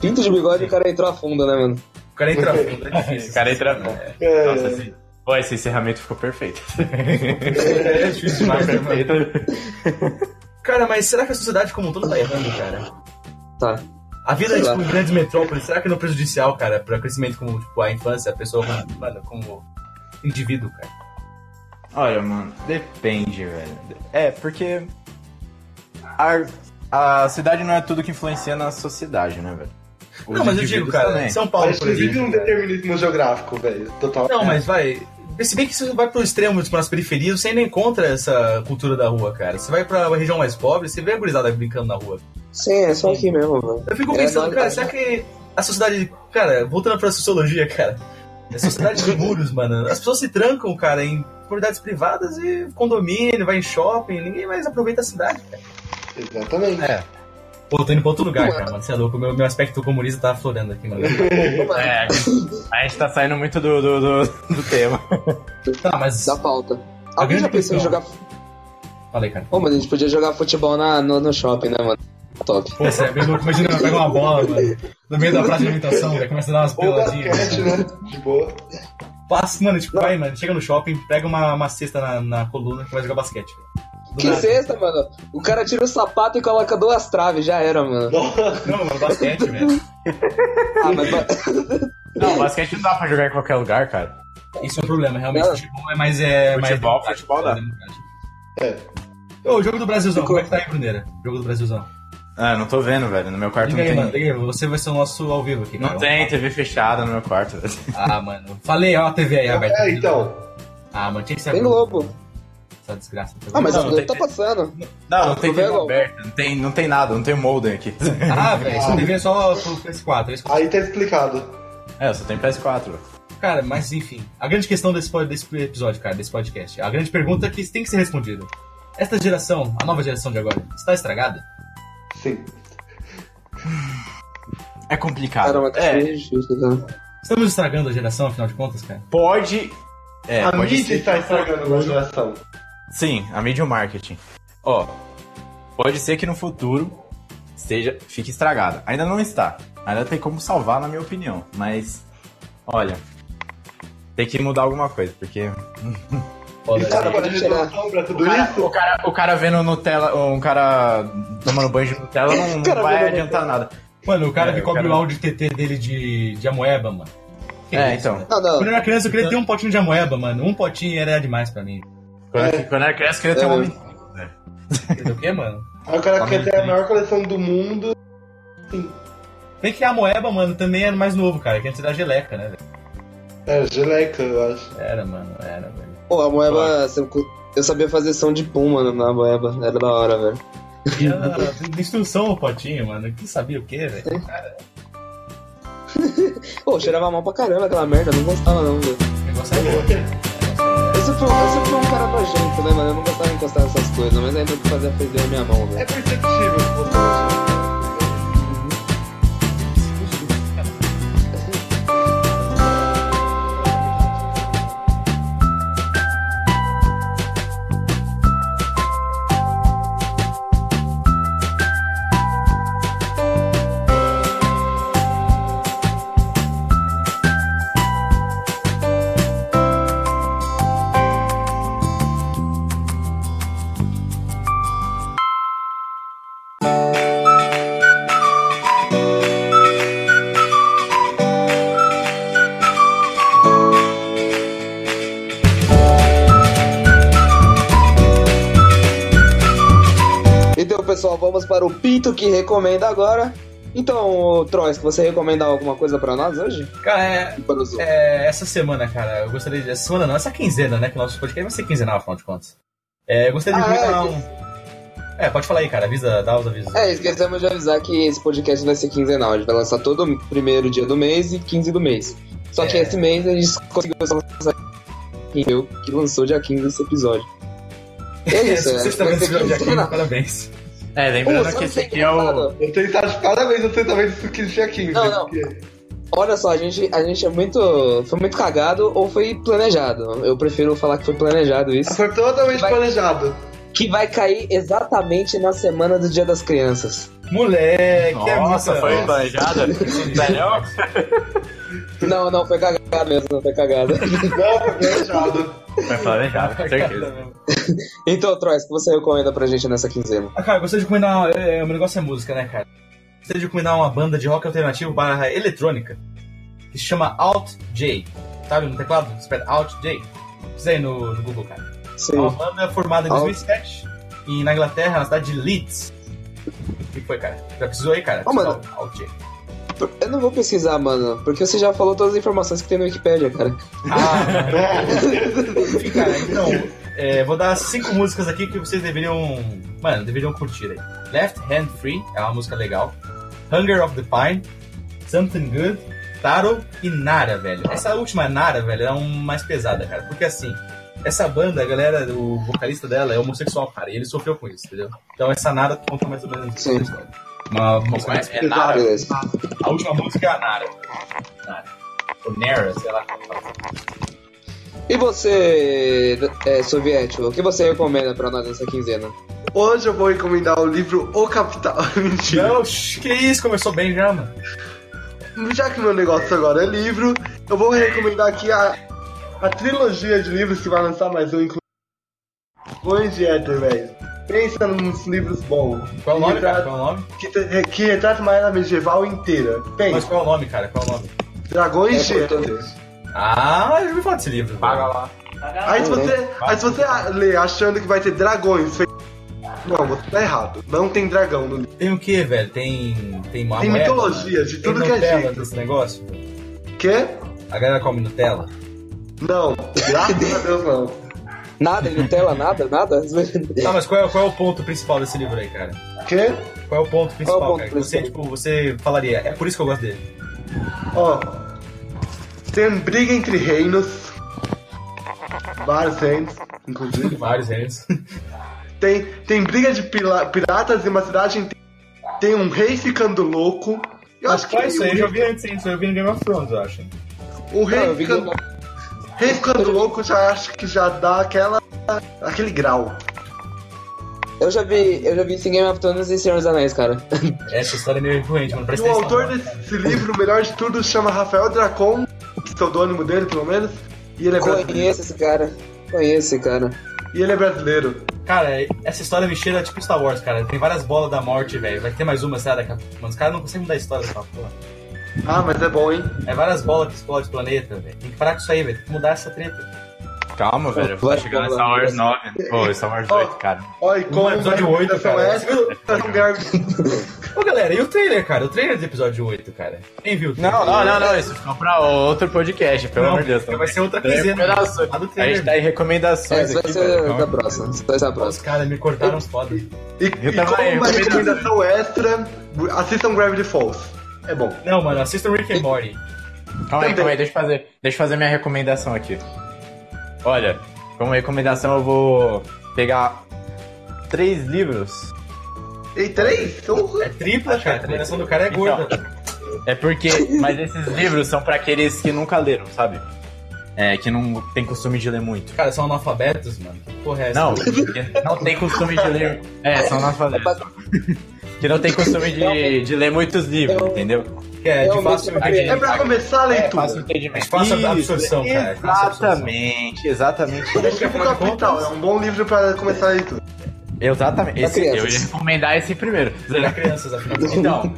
Speaker 2: Pinto de Bigode, o cara entrou a fundo, né, mano?
Speaker 5: O cara entra fundo, é difícil.
Speaker 3: Esse cara entra.
Speaker 4: É,
Speaker 3: Nossa, esse... Pô, esse encerramento ficou perfeito.
Speaker 5: É difícil demais, né, mano?
Speaker 3: perfeito.
Speaker 5: Cara, mas será que a sociedade como um todo tá errando, cara?
Speaker 2: Tá.
Speaker 5: A vida,
Speaker 2: Sei
Speaker 5: tipo,
Speaker 2: lá.
Speaker 5: em grandes metrópoles, será que não é prejudicial, cara, pra crescimento como, tipo, a infância, a pessoa como, mano, como indivíduo, cara?
Speaker 3: Olha, mano, depende, velho. É, porque. A, a cidade não é tudo que influencia na sociedade, né, velho? Os
Speaker 5: não, mas eu digo,
Speaker 3: indivíduos
Speaker 5: cara,
Speaker 3: também.
Speaker 5: São
Speaker 4: a
Speaker 5: Paulo,
Speaker 4: gente
Speaker 5: por
Speaker 4: vive
Speaker 5: exemplo.
Speaker 4: um né?
Speaker 5: cara.
Speaker 4: determinismo geográfico, velho. Total.
Speaker 5: Não, mas vai. Se bem que você vai pro extremo, tipo, nas periferias, você ainda encontra essa cultura da rua, cara. Você vai pra uma região mais pobre, você vê a gurizada brincando na rua.
Speaker 2: Sim, é só aqui mesmo, mano.
Speaker 5: Eu fico
Speaker 2: É,
Speaker 5: pensando,
Speaker 2: não,
Speaker 5: cara,
Speaker 2: não.
Speaker 5: será que a sociedade. Cara, voltando pra sociologia, cara. A sociedade de muros, mano. As pessoas se trancam, cara, em comunidades privadas e condomínio, vai em shopping, ninguém mais aproveita a cidade, cara.
Speaker 4: Exatamente.
Speaker 5: É. Pô, tô indo pra outro lugar,
Speaker 2: Ué.
Speaker 5: cara, mano. Você é louco, meu, meu aspecto comunista tá aflorando aqui, mano.
Speaker 2: Mano,
Speaker 3: É, a gente tá saindo muito do, do, do, do tema.
Speaker 5: tá, mas.
Speaker 2: Dá pauta. Alguém
Speaker 5: grande
Speaker 2: já pensou em
Speaker 5: questão.
Speaker 2: jogar.
Speaker 5: Falei, cara.
Speaker 2: Ô, mano, a gente podia jogar futebol na, no, no shopping, né, mano? Top.
Speaker 5: Pô, você é bem louco, imagina, pega uma bola, mano. No meio da praça de alimentação, velho, começa a dar umas
Speaker 4: Ou
Speaker 5: peladinhas.
Speaker 4: basquete,
Speaker 5: mano.
Speaker 4: né? De boa.
Speaker 5: Passa, mano, tipo, vai, mano, chega no shopping, pega uma, uma cesta na, na coluna que vai jogar basquete, velho. Do
Speaker 2: Que
Speaker 5: nada.
Speaker 2: sexta, mano? O cara tira o sapato e coloca duas traves, já era, mano.
Speaker 5: Não, mano, basquete, velho.
Speaker 2: Ah, mas.
Speaker 3: Não, basquete não dá pra jogar em qualquer lugar, cara.
Speaker 5: Isso é um problema, realmente.
Speaker 2: Não.
Speaker 5: Futebol é mais. É,
Speaker 3: Futebol,
Speaker 5: mais
Speaker 3: futebol dá.
Speaker 5: É. Ô, o jogo do Brasilzão, como é que tá aí, Bruneira? Jogo do Brasilzão.
Speaker 3: Ah, não tô vendo, velho. No meu quarto
Speaker 5: Liga aí,
Speaker 3: não
Speaker 5: mano,
Speaker 3: tem.
Speaker 5: liga aí, você vai ser o nosso ao vivo aqui.
Speaker 3: Não
Speaker 5: cara.
Speaker 3: tem TV fechada no meu quarto, velho.
Speaker 5: Ah, mano. Falei, ó, a TV aí aberta.
Speaker 4: É, então.
Speaker 5: Ah, mano, tinha que ser
Speaker 2: Tem
Speaker 5: aberto,
Speaker 2: Globo.
Speaker 5: Essa desgraça.
Speaker 2: Ah, mas
Speaker 3: Não,
Speaker 2: não,
Speaker 3: não tem-
Speaker 2: tá passando.
Speaker 3: Não, não tem
Speaker 2: Tô vendo.
Speaker 3: TV aberta, não tem, não tem nada, não tem modem aqui.
Speaker 5: Ah, velho, essa TV é só pro PS4. é isso que eu-
Speaker 4: Aí tá explicado.
Speaker 3: É, só tem PS4, velho.
Speaker 5: Cara, mas enfim. A grande questão desse, pod- desse episódio, cara, desse podcast. A grande pergunta é que tem que ser respondida. Esta geração, a nova geração de agora, está estragada?
Speaker 4: Sim.
Speaker 3: É complicado.
Speaker 2: Caramba, tá
Speaker 3: é,
Speaker 2: difícil, cara.
Speaker 5: Estamos estragando a geração, afinal de contas, cara?
Speaker 3: pode. É,
Speaker 4: a
Speaker 3: pode
Speaker 4: mídia
Speaker 3: ser.
Speaker 4: está estragando a geração.
Speaker 3: Sim, a mídia e o marketing. Ó, pode ser que no futuro seja, fique estragada. Ainda não está. Ainda tem como salvar, na minha opinião. Mas, olha, tem que mudar alguma coisa, porque
Speaker 5: Foda-se.
Speaker 4: Cara,
Speaker 2: pode
Speaker 4: pode
Speaker 2: tirar.
Speaker 4: resolução pra tudo
Speaker 3: o cara,
Speaker 4: isso?
Speaker 3: o cara, o cara vendo Nutella, um cara tomando banho de Nutella não, não
Speaker 2: O cara
Speaker 3: vai
Speaker 2: vendo
Speaker 3: adiantar nada.
Speaker 5: Mano, o cara
Speaker 3: É,
Speaker 5: que
Speaker 3: o
Speaker 5: cobre
Speaker 3: cara-
Speaker 5: o áudio TT dele de, de amoeba, mano. Que
Speaker 3: É,
Speaker 5: isso,
Speaker 3: então.
Speaker 5: né?
Speaker 2: Não,
Speaker 5: Quando eu
Speaker 2: não.
Speaker 5: era criança, eu queria ter um potinho de amoeba, mano. Um potinho era demais pra mim.
Speaker 3: Quando, eu- quando eu era criança, eu queria ter um
Speaker 2: É.
Speaker 3: homem.
Speaker 5: Entendeu o quê, mano?
Speaker 4: Aí o cara quer ter a maior coleção do mundo.
Speaker 5: Bem que a amoeba, mano, também era mais novo, cara. Que antes era geleca, né, velho?
Speaker 4: É, geleca, eu acho.
Speaker 5: Era, mano, era, velho.
Speaker 2: Pô, a
Speaker 3: Ah.
Speaker 2: moeba. Eu sabia fazer som de pum, mano, na moeba. Era da hora, velho.
Speaker 5: E era de instrução o potinho, mano. Que sabia o quê, velho?
Speaker 2: Pô, cheirava mal pra caramba aquela merda, eu não gostava não, velho.
Speaker 5: O negócio é louco.
Speaker 2: Eu sempre, fui- eu sempre fui um cara nojento, né, mano? Eu não gostava de encostar nessas coisas, mas ainda fazia fazer a minha mão,
Speaker 4: É
Speaker 2: velho.
Speaker 4: perceptível.
Speaker 2: Então, pessoal, vamos para o Pinto que recomenda agora. Então, Trois, você recomenda alguma coisa pra nós hoje?
Speaker 5: Cara, é,
Speaker 2: Para os outros.
Speaker 5: É, essa semana, cara, eu gostaria de. Essa semana não, essa quinzena, né? Que o nosso podcast vai ser quinzenal, afinal de contas. É, eu gostaria de
Speaker 2: Ah,
Speaker 5: recomendar
Speaker 2: é,
Speaker 5: um. É, pode falar aí, cara. Avisa, dá os avisos.
Speaker 2: É, esquecemos de avisar que esse podcast vai ser quinzenal. A gente vai lançar todo primeiro dia do mês e 15 do mês. Só que
Speaker 5: É.
Speaker 2: esse mês a gente conseguiu só lançar eu que lançou dia 15 esse episódio. É isso,
Speaker 5: Se
Speaker 2: é.
Speaker 5: vocês estão
Speaker 2: vai
Speaker 5: vendo
Speaker 2: ser
Speaker 5: esse vídeo aqui,
Speaker 2: quinzenal.
Speaker 5: parabéns.
Speaker 3: É,
Speaker 2: Pô,
Speaker 3: lembrando
Speaker 2: sabe
Speaker 3: que
Speaker 2: o
Speaker 3: esse
Speaker 2: é
Speaker 3: aqui é o.
Speaker 2: engraçado?
Speaker 4: Você está de parabéns, você também se quis ser 15.
Speaker 2: Não, não.
Speaker 4: porque-
Speaker 2: Olha só, a gente, a gente é muito. Foi muito cagado ou foi planejado. Eu prefiro falar que foi planejado isso.
Speaker 4: Foi tá totalmente
Speaker 2: Vai-
Speaker 4: planejado.
Speaker 2: Que vai cair exatamente na semana do Dia das Crianças.
Speaker 5: Moleque, é
Speaker 3: Nossa,
Speaker 5: muita-
Speaker 3: foi planejada. Melhor?
Speaker 2: Não, não, foi cagado mesmo, foi cagado.
Speaker 4: Não,
Speaker 5: tá
Speaker 4: foi planejado.
Speaker 3: Foi planejado, com certeza.
Speaker 2: então, Trois, o que você recomenda pra gente nessa quinzena?
Speaker 5: Ah, cara, eu gostaria de recomendar. É, é, o meu negócio é música, né, cara? Gostaria de recomendar uma banda de rock alternativo barra eletrônica que se chama Alt J. Sabe no teclado? Espera, Alt J. Precisa aí no, no Google, cara. É uma
Speaker 2: Sim.
Speaker 5: banda formada em
Speaker 2: Alt.
Speaker 5: 2007 e na Inglaterra, na cidade de Leeds. O que foi, cara? Já precisou aí, cara?
Speaker 2: Ô, mano.
Speaker 5: Alt J.
Speaker 2: Eu não vou pesquisar, mano, porque você já falou todas as informações que tem no Wikipedia, cara.
Speaker 5: Ah, Enfim, cara, então, é, vou dar cinco músicas aqui que vocês deveriam. Mano, deveriam curtir aí. Left Hand Free é uma música legal. Hunger of the Pine, Something Good, Taro e Nara, velho. Essa última Nara, velho, é uma mais pesada, cara. Porque assim, essa banda, a galera, o vocalista dela é homossexual, cara, e ele sofreu com isso, entendeu? Então essa Nara conta mais ou menos isso.
Speaker 2: Sim.
Speaker 5: da história. Uma música
Speaker 2: é?
Speaker 5: mais pesada.
Speaker 2: Beleza.
Speaker 5: A última música é a Nara. Nara. Ou Nara, sei lá como fala.
Speaker 2: E você, é, soviético, o que você recomenda pra nós nessa quinzena?
Speaker 4: Hoje eu vou encomendar o livro O Capital. Mentira.
Speaker 5: Não, shh, que isso, começou bem já, mano.
Speaker 4: Já que meu negócio agora é livro, eu vou recomendar aqui a, a trilogia de livros que vai lançar mais um, inclusive. Pões de Éter, velho. Pensa nos livros bons.
Speaker 5: Qual é o nome,
Speaker 4: Que
Speaker 5: cara?
Speaker 4: retrata-
Speaker 5: Qual é o nome?
Speaker 4: Que, te- que retrata uma era medieval inteira.
Speaker 5: Mas
Speaker 4: Pensa.
Speaker 5: qual é o nome, cara? Qual é o nome?
Speaker 4: Dragões
Speaker 2: É
Speaker 4: de Éter.
Speaker 2: português.
Speaker 5: Ah, eu já ouvi falar desse livro.
Speaker 3: Paga lá.
Speaker 4: Aí se você, aí se você a- ler achando que vai ter dragões... fe- Não, você tá errado. Não tem dragão no livro.
Speaker 5: Tem o que, velho? Tem. Tem uma
Speaker 4: Tem
Speaker 5: moeda,
Speaker 4: mitologia de
Speaker 5: né?
Speaker 4: tudo
Speaker 5: tem
Speaker 4: que é
Speaker 5: Nutella
Speaker 4: jeito.
Speaker 5: desse negócio.
Speaker 4: Quê?
Speaker 5: A galera come Nutella.
Speaker 4: Não. Graças a Deus, não.
Speaker 2: Nada, Nutella, nada, nada?
Speaker 5: Tá, mas qual é, qual é o ponto principal desse livro aí, cara?
Speaker 4: Quê?
Speaker 5: Qual é o ponto principal,
Speaker 2: ponto
Speaker 5: cara? Você,
Speaker 2: principal?
Speaker 5: tipo, você falaria, é por isso que eu gosto dele.
Speaker 4: Ó. Tem briga entre reinos. Vários reinos, inclusive.
Speaker 5: Vários eles.
Speaker 4: Tem, tem briga de pila- piratas em uma cidade inteira. Tem um rei ficando louco. Eu
Speaker 5: Mas
Speaker 4: acho que
Speaker 5: qual é isso aí? Eu já
Speaker 4: o,
Speaker 5: vi antes, hein? Isso aí eu vi no Game of Thrones, eu acho.
Speaker 4: o rei,
Speaker 2: Não, eu vi que-
Speaker 4: ficando, rei ficando louco já acho que já dá aquela. aquele grau.
Speaker 2: Eu já vi, eu já vi esse Game of Thrones e Senhor dos Anéis, cara.
Speaker 5: Essa história é meio influente, mano.
Speaker 4: E
Speaker 5: Presta
Speaker 4: o
Speaker 5: atenção.
Speaker 4: autor
Speaker 5: mano.
Speaker 4: desse livro, o melhor de tudo, chama Rafael Dracon, pseudônimo dele, pelo menos. E ele é brasileiro.
Speaker 2: Conheço esse cara. Conheço esse cara.
Speaker 4: E ele é brasileiro.
Speaker 5: Cara, essa história me cheira tipo Star Wars, cara. Tem várias bolas da morte, velho. Vai ter mais uma, sabe? Daqui a... Mano, os caras não conseguem mudar a história dessa porra.
Speaker 4: Ah, mas é bom, hein?
Speaker 5: É várias bolas que explodem o planeta, velho. Tem que parar com isso aí, velho. Tem que mudar essa treta.
Speaker 3: Calma, velho. Tá chegando Star Wars 9. Pô, Star Wars 8, cara.
Speaker 4: Ó, e como
Speaker 5: Mano, episódio
Speaker 4: vai-
Speaker 5: oito, cara.
Speaker 4: essa- um
Speaker 5: Ô, galera, e o trailer, cara? O trailer do episódio 8, cara. Quem viu? o trailer?
Speaker 3: Não, não, não, não. Isso ficou pra outro podcast, pelo
Speaker 5: Não,
Speaker 3: amor de Deus.
Speaker 5: vai ser outra
Speaker 3: Tem
Speaker 5: quinzena.
Speaker 3: recomendações.
Speaker 5: Lá é do
Speaker 3: A
Speaker 5: trailer.
Speaker 3: gente tá em
Speaker 2: É,
Speaker 3: recomendações
Speaker 2: isso vai
Speaker 3: aqui,
Speaker 2: ser
Speaker 3: velho.
Speaker 2: da próxima. Isso vai ser a
Speaker 5: Os
Speaker 2: próxima.
Speaker 5: caras me cortaram os foda.
Speaker 4: E,
Speaker 3: Eu
Speaker 4: e
Speaker 3: tava-
Speaker 4: como
Speaker 3: eu
Speaker 4: uma
Speaker 3: também não-
Speaker 4: recomendação extra, assistam Gravity Falls. É bom.
Speaker 5: Não, mano, assista o Rick and Morty.
Speaker 3: Calma aí, calma aí, deixa eu fazer, deixa eu fazer minha recomendação aqui. Olha, como recomendação eu vou pegar três livros.
Speaker 4: E três? Então,
Speaker 5: É tripla, cara. A recomendação do cara é
Speaker 3: Então.
Speaker 5: gorda.
Speaker 3: É porque, mas esses livros são pra aqueles que nunca leram, sabe? É, que não tem costume de ler muito.
Speaker 5: Cara, são analfabetos, mano. Que porra é essa?
Speaker 3: Não, que não tem costume de ler. É, são analfabetos. Que não tem costume de, de ler muitos livros, entendeu?
Speaker 5: Que é de
Speaker 2: Realmente
Speaker 5: fácil... É
Speaker 2: é
Speaker 4: é pra começar a
Speaker 3: É Fácil
Speaker 4: leitura.
Speaker 3: entendimento.
Speaker 5: Fácil
Speaker 3: Isso,
Speaker 5: absorção, cara. É Fácil absorção.
Speaker 3: Exatamente, exatamente.
Speaker 4: É, tipo o Capital, é um bom livro pra começar a leitura.
Speaker 3: Exatamente.
Speaker 2: Pra
Speaker 3: Esse- eu
Speaker 2: crianças.
Speaker 3: ia recomendar esse primeiro.
Speaker 5: Pra crianças, afinal. de contas.
Speaker 3: Então,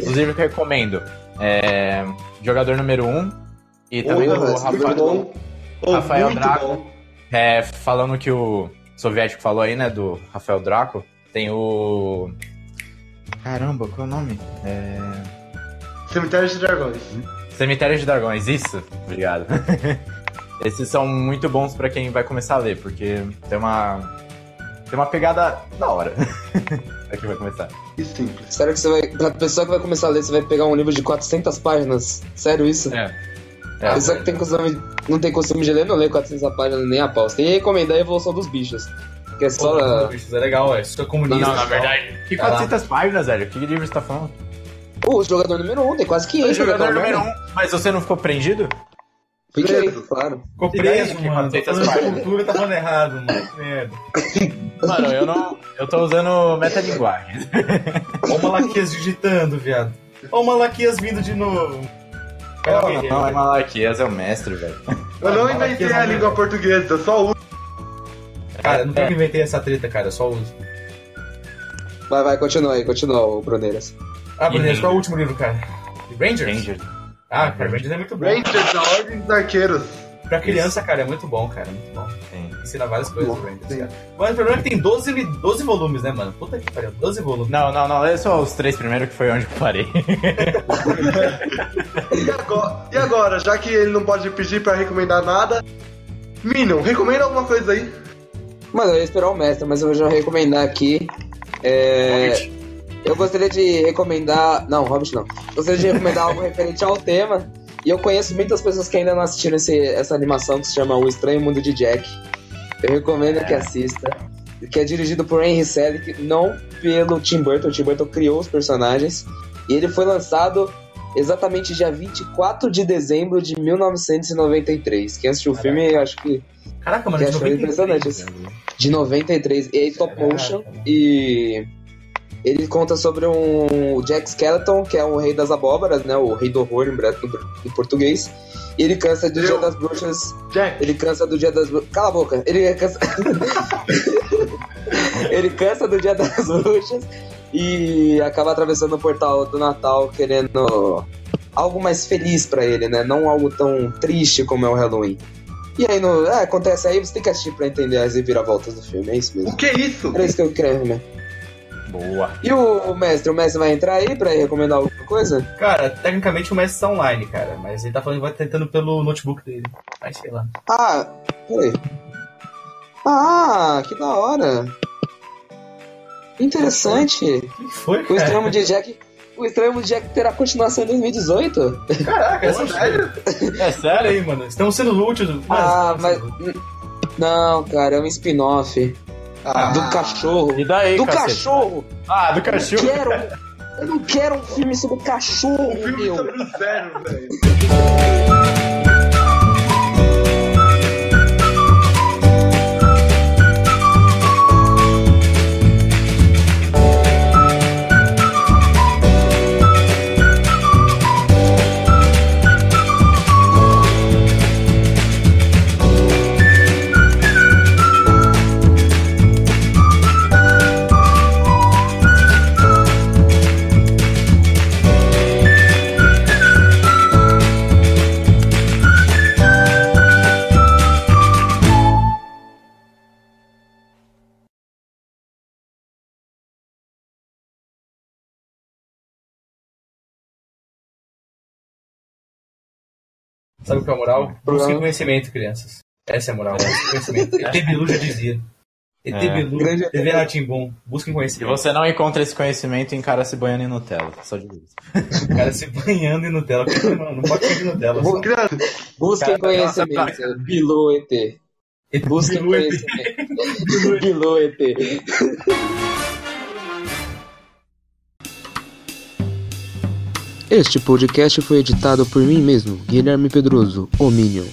Speaker 3: os livros que eu recomendo é Jogador Número 1 um, e também
Speaker 4: Ou,
Speaker 3: o
Speaker 4: mas muito
Speaker 3: Rafael,
Speaker 4: bom. Ou
Speaker 3: Rafael
Speaker 4: muito
Speaker 3: Draco.
Speaker 4: bom.
Speaker 3: é, falando que o soviético falou aí, né, do Rafael Draco, Tem o. Caramba, qual é o nome? É.
Speaker 4: Cemitério de Dragões.
Speaker 3: Cemitério de Dragões, isso. Obrigado. Esses são muito bons pra quem vai começar a ler, porque tem uma tem uma pegada da hora. Aqui vai começar.
Speaker 4: E simples.
Speaker 2: Sério que você vai. Pra pessoa que vai começar a ler, você vai pegar um livro de 400 páginas. Sério isso?
Speaker 3: É.
Speaker 2: A pessoa
Speaker 4: é
Speaker 2: que tem costume, não tem costume de ler, não lê 400 páginas nem a pau. Você tem que recomendar a evolução dos bichos. Que é só.
Speaker 5: Pô,
Speaker 2: ah,
Speaker 5: bichos, é legal, é. Isso é comunista.
Speaker 3: Não, na
Speaker 5: tal.
Speaker 3: verdade. Que
Speaker 5: Caraca.
Speaker 3: 400 páginas, velho? Que livro você tá falando?
Speaker 2: O jogador número 1 um, tem quase 500.
Speaker 3: Jogador número
Speaker 2: Um.
Speaker 3: 1. Mas você não ficou prendido?
Speaker 2: Fiquei, claro.
Speaker 5: Ficou
Speaker 3: E daí,
Speaker 5: preso,
Speaker 3: que
Speaker 5: mano. Tá
Speaker 3: conceitas
Speaker 5: falando de
Speaker 3: válidas?
Speaker 5: cultura, tá falando errado, mano. Que Merda.
Speaker 3: Mano, eu não. Eu tô usando metalinguagem.
Speaker 5: Ó o Malaquias digitando, viado. Ó o Malaquias vindo de novo. Cara,
Speaker 3: Não,
Speaker 5: guerreiro.
Speaker 3: não, é Malaquias, é o mestre, velho.
Speaker 4: Eu não inventei
Speaker 3: é
Speaker 4: a língua portuguesa, eu só uso.
Speaker 5: Cara, eu nunca
Speaker 3: é.
Speaker 5: me inventei essa treta, cara. Eu só uso.
Speaker 2: Vai, vai, continua aí, continua, ô Bruneiras.
Speaker 5: Ah,
Speaker 3: E
Speaker 5: Bruno,
Speaker 3: Rangers.
Speaker 5: qual é o último livro, cara? Rangers?
Speaker 3: Ranger.
Speaker 5: Ah, cara, Rangers é muito bom.
Speaker 4: Rangers, a Ordem dos Arqueiros.
Speaker 5: Pra criança, cara, é muito bom, cara. é Muito bom.
Speaker 3: Sim.
Speaker 5: Ensina várias coisas o Rangers,
Speaker 4: sim.
Speaker 5: cara. Mas o problema é que tem 12, li- 12 volumes, né, mano? Puta que pariu, 12 volumes.
Speaker 3: Não, não, não. Lê só os três primeiros que foi onde eu parei.
Speaker 4: E agora, e agora, já que ele não pode pedir pra recomendar nada, Minion, recomenda alguma coisa aí.
Speaker 2: Mano, eu ia esperar o mestre, mas eu vou já recomendar aqui. É. Eu gostaria de recomendar. Não, Hobbit não. Gostaria de recomendar algo referente ao tema. E eu conheço muitas pessoas que ainda não assistiram esse- essa animação que se chama O Estranho Mundo de Jack. Eu recomendo que assista. Que é dirigido por Henry Selick, não pelo Tim Burton. O Tim Burton criou os personagens. E ele foi lançado exatamente dia 24 de dezembro de 1993. Quem assistiu o filme, eu acho que.
Speaker 5: Caraca,
Speaker 2: Que
Speaker 5: mano, de
Speaker 2: achou
Speaker 5: 93,
Speaker 2: é impressionante isso. De 93. E aí, Top
Speaker 5: Caraca,
Speaker 2: Motion.
Speaker 5: mano.
Speaker 2: E ele conta sobre um o Jack Skeleton, que é o rei das abóboras, né? O rei do horror em, bre- em português. E ele cansa do
Speaker 4: Eu-
Speaker 2: Dia das Bruxas.
Speaker 4: Jack,
Speaker 2: Ele cansa do Dia das Bruxas. Cala a boca! Ele é cansa. ele cansa do Dia das Bruxas e acaba atravessando o portal do Natal querendo algo mais feliz pra ele, né? Não algo tão triste como é o Halloween. E aí, no... é, acontece aí, você tem que assistir pra entender as reviravoltas do filme, é isso mesmo.
Speaker 4: o que é isso?
Speaker 2: Era isso que eu queria, né?
Speaker 3: Boa.
Speaker 2: E o mestre, o mestre vai entrar aí pra recomendar alguma coisa?
Speaker 5: Cara, tecnicamente o Messi tá online, cara. Mas ele tá falando que vai tentando pelo notebook dele. Mas sei lá.
Speaker 2: Ah, peraí. Ah, que da hora. Interessante.
Speaker 5: O que foi,
Speaker 2: O
Speaker 5: cara?
Speaker 2: extremo
Speaker 4: É.
Speaker 2: de Jack. O extremo de Jack terá continuação em 2018?
Speaker 5: Caraca, essa sério?
Speaker 3: É sério?
Speaker 5: Peraí, mano. Estamos sendo úteis. Mano,
Speaker 2: Ah,
Speaker 5: estamos
Speaker 2: mas.
Speaker 5: sendo úteis.
Speaker 2: Não, cara, é um spin-off.
Speaker 4: Ah.
Speaker 2: do cachorro.
Speaker 3: E daí,
Speaker 2: Do
Speaker 3: cacete?
Speaker 2: cachorro!
Speaker 3: Ah, do cachorro.
Speaker 2: Quero. Eu não quero um filme sobre cachorro,
Speaker 4: Um filme
Speaker 2: meu.
Speaker 4: sobre o zero, velho.
Speaker 5: Sabe o que é a moral? Busquem
Speaker 2: Programa.
Speaker 5: conhecimento, crianças. Essa é a moral. Busquem conhecimento. ET Bilu já dizia. ET
Speaker 3: É.
Speaker 5: Bilu,
Speaker 2: Grande-
Speaker 5: TV Natimbum. Busquem
Speaker 3: Se
Speaker 5: conhecimento.
Speaker 3: você não encontra esse conhecimento, encara se banhando em Nutella. Só digo isso.
Speaker 5: O cara se banhando em Nutella. Não, não pode ser Nutella.
Speaker 2: Vou-
Speaker 4: Criança,
Speaker 2: Busquem conhecimento. Bilou ET. Busquem
Speaker 5: Bilu ET.
Speaker 2: conhecimento. Bilou ET. Este podcast foi editado por mim mesmo, Guilherme Pedroso, o Minion.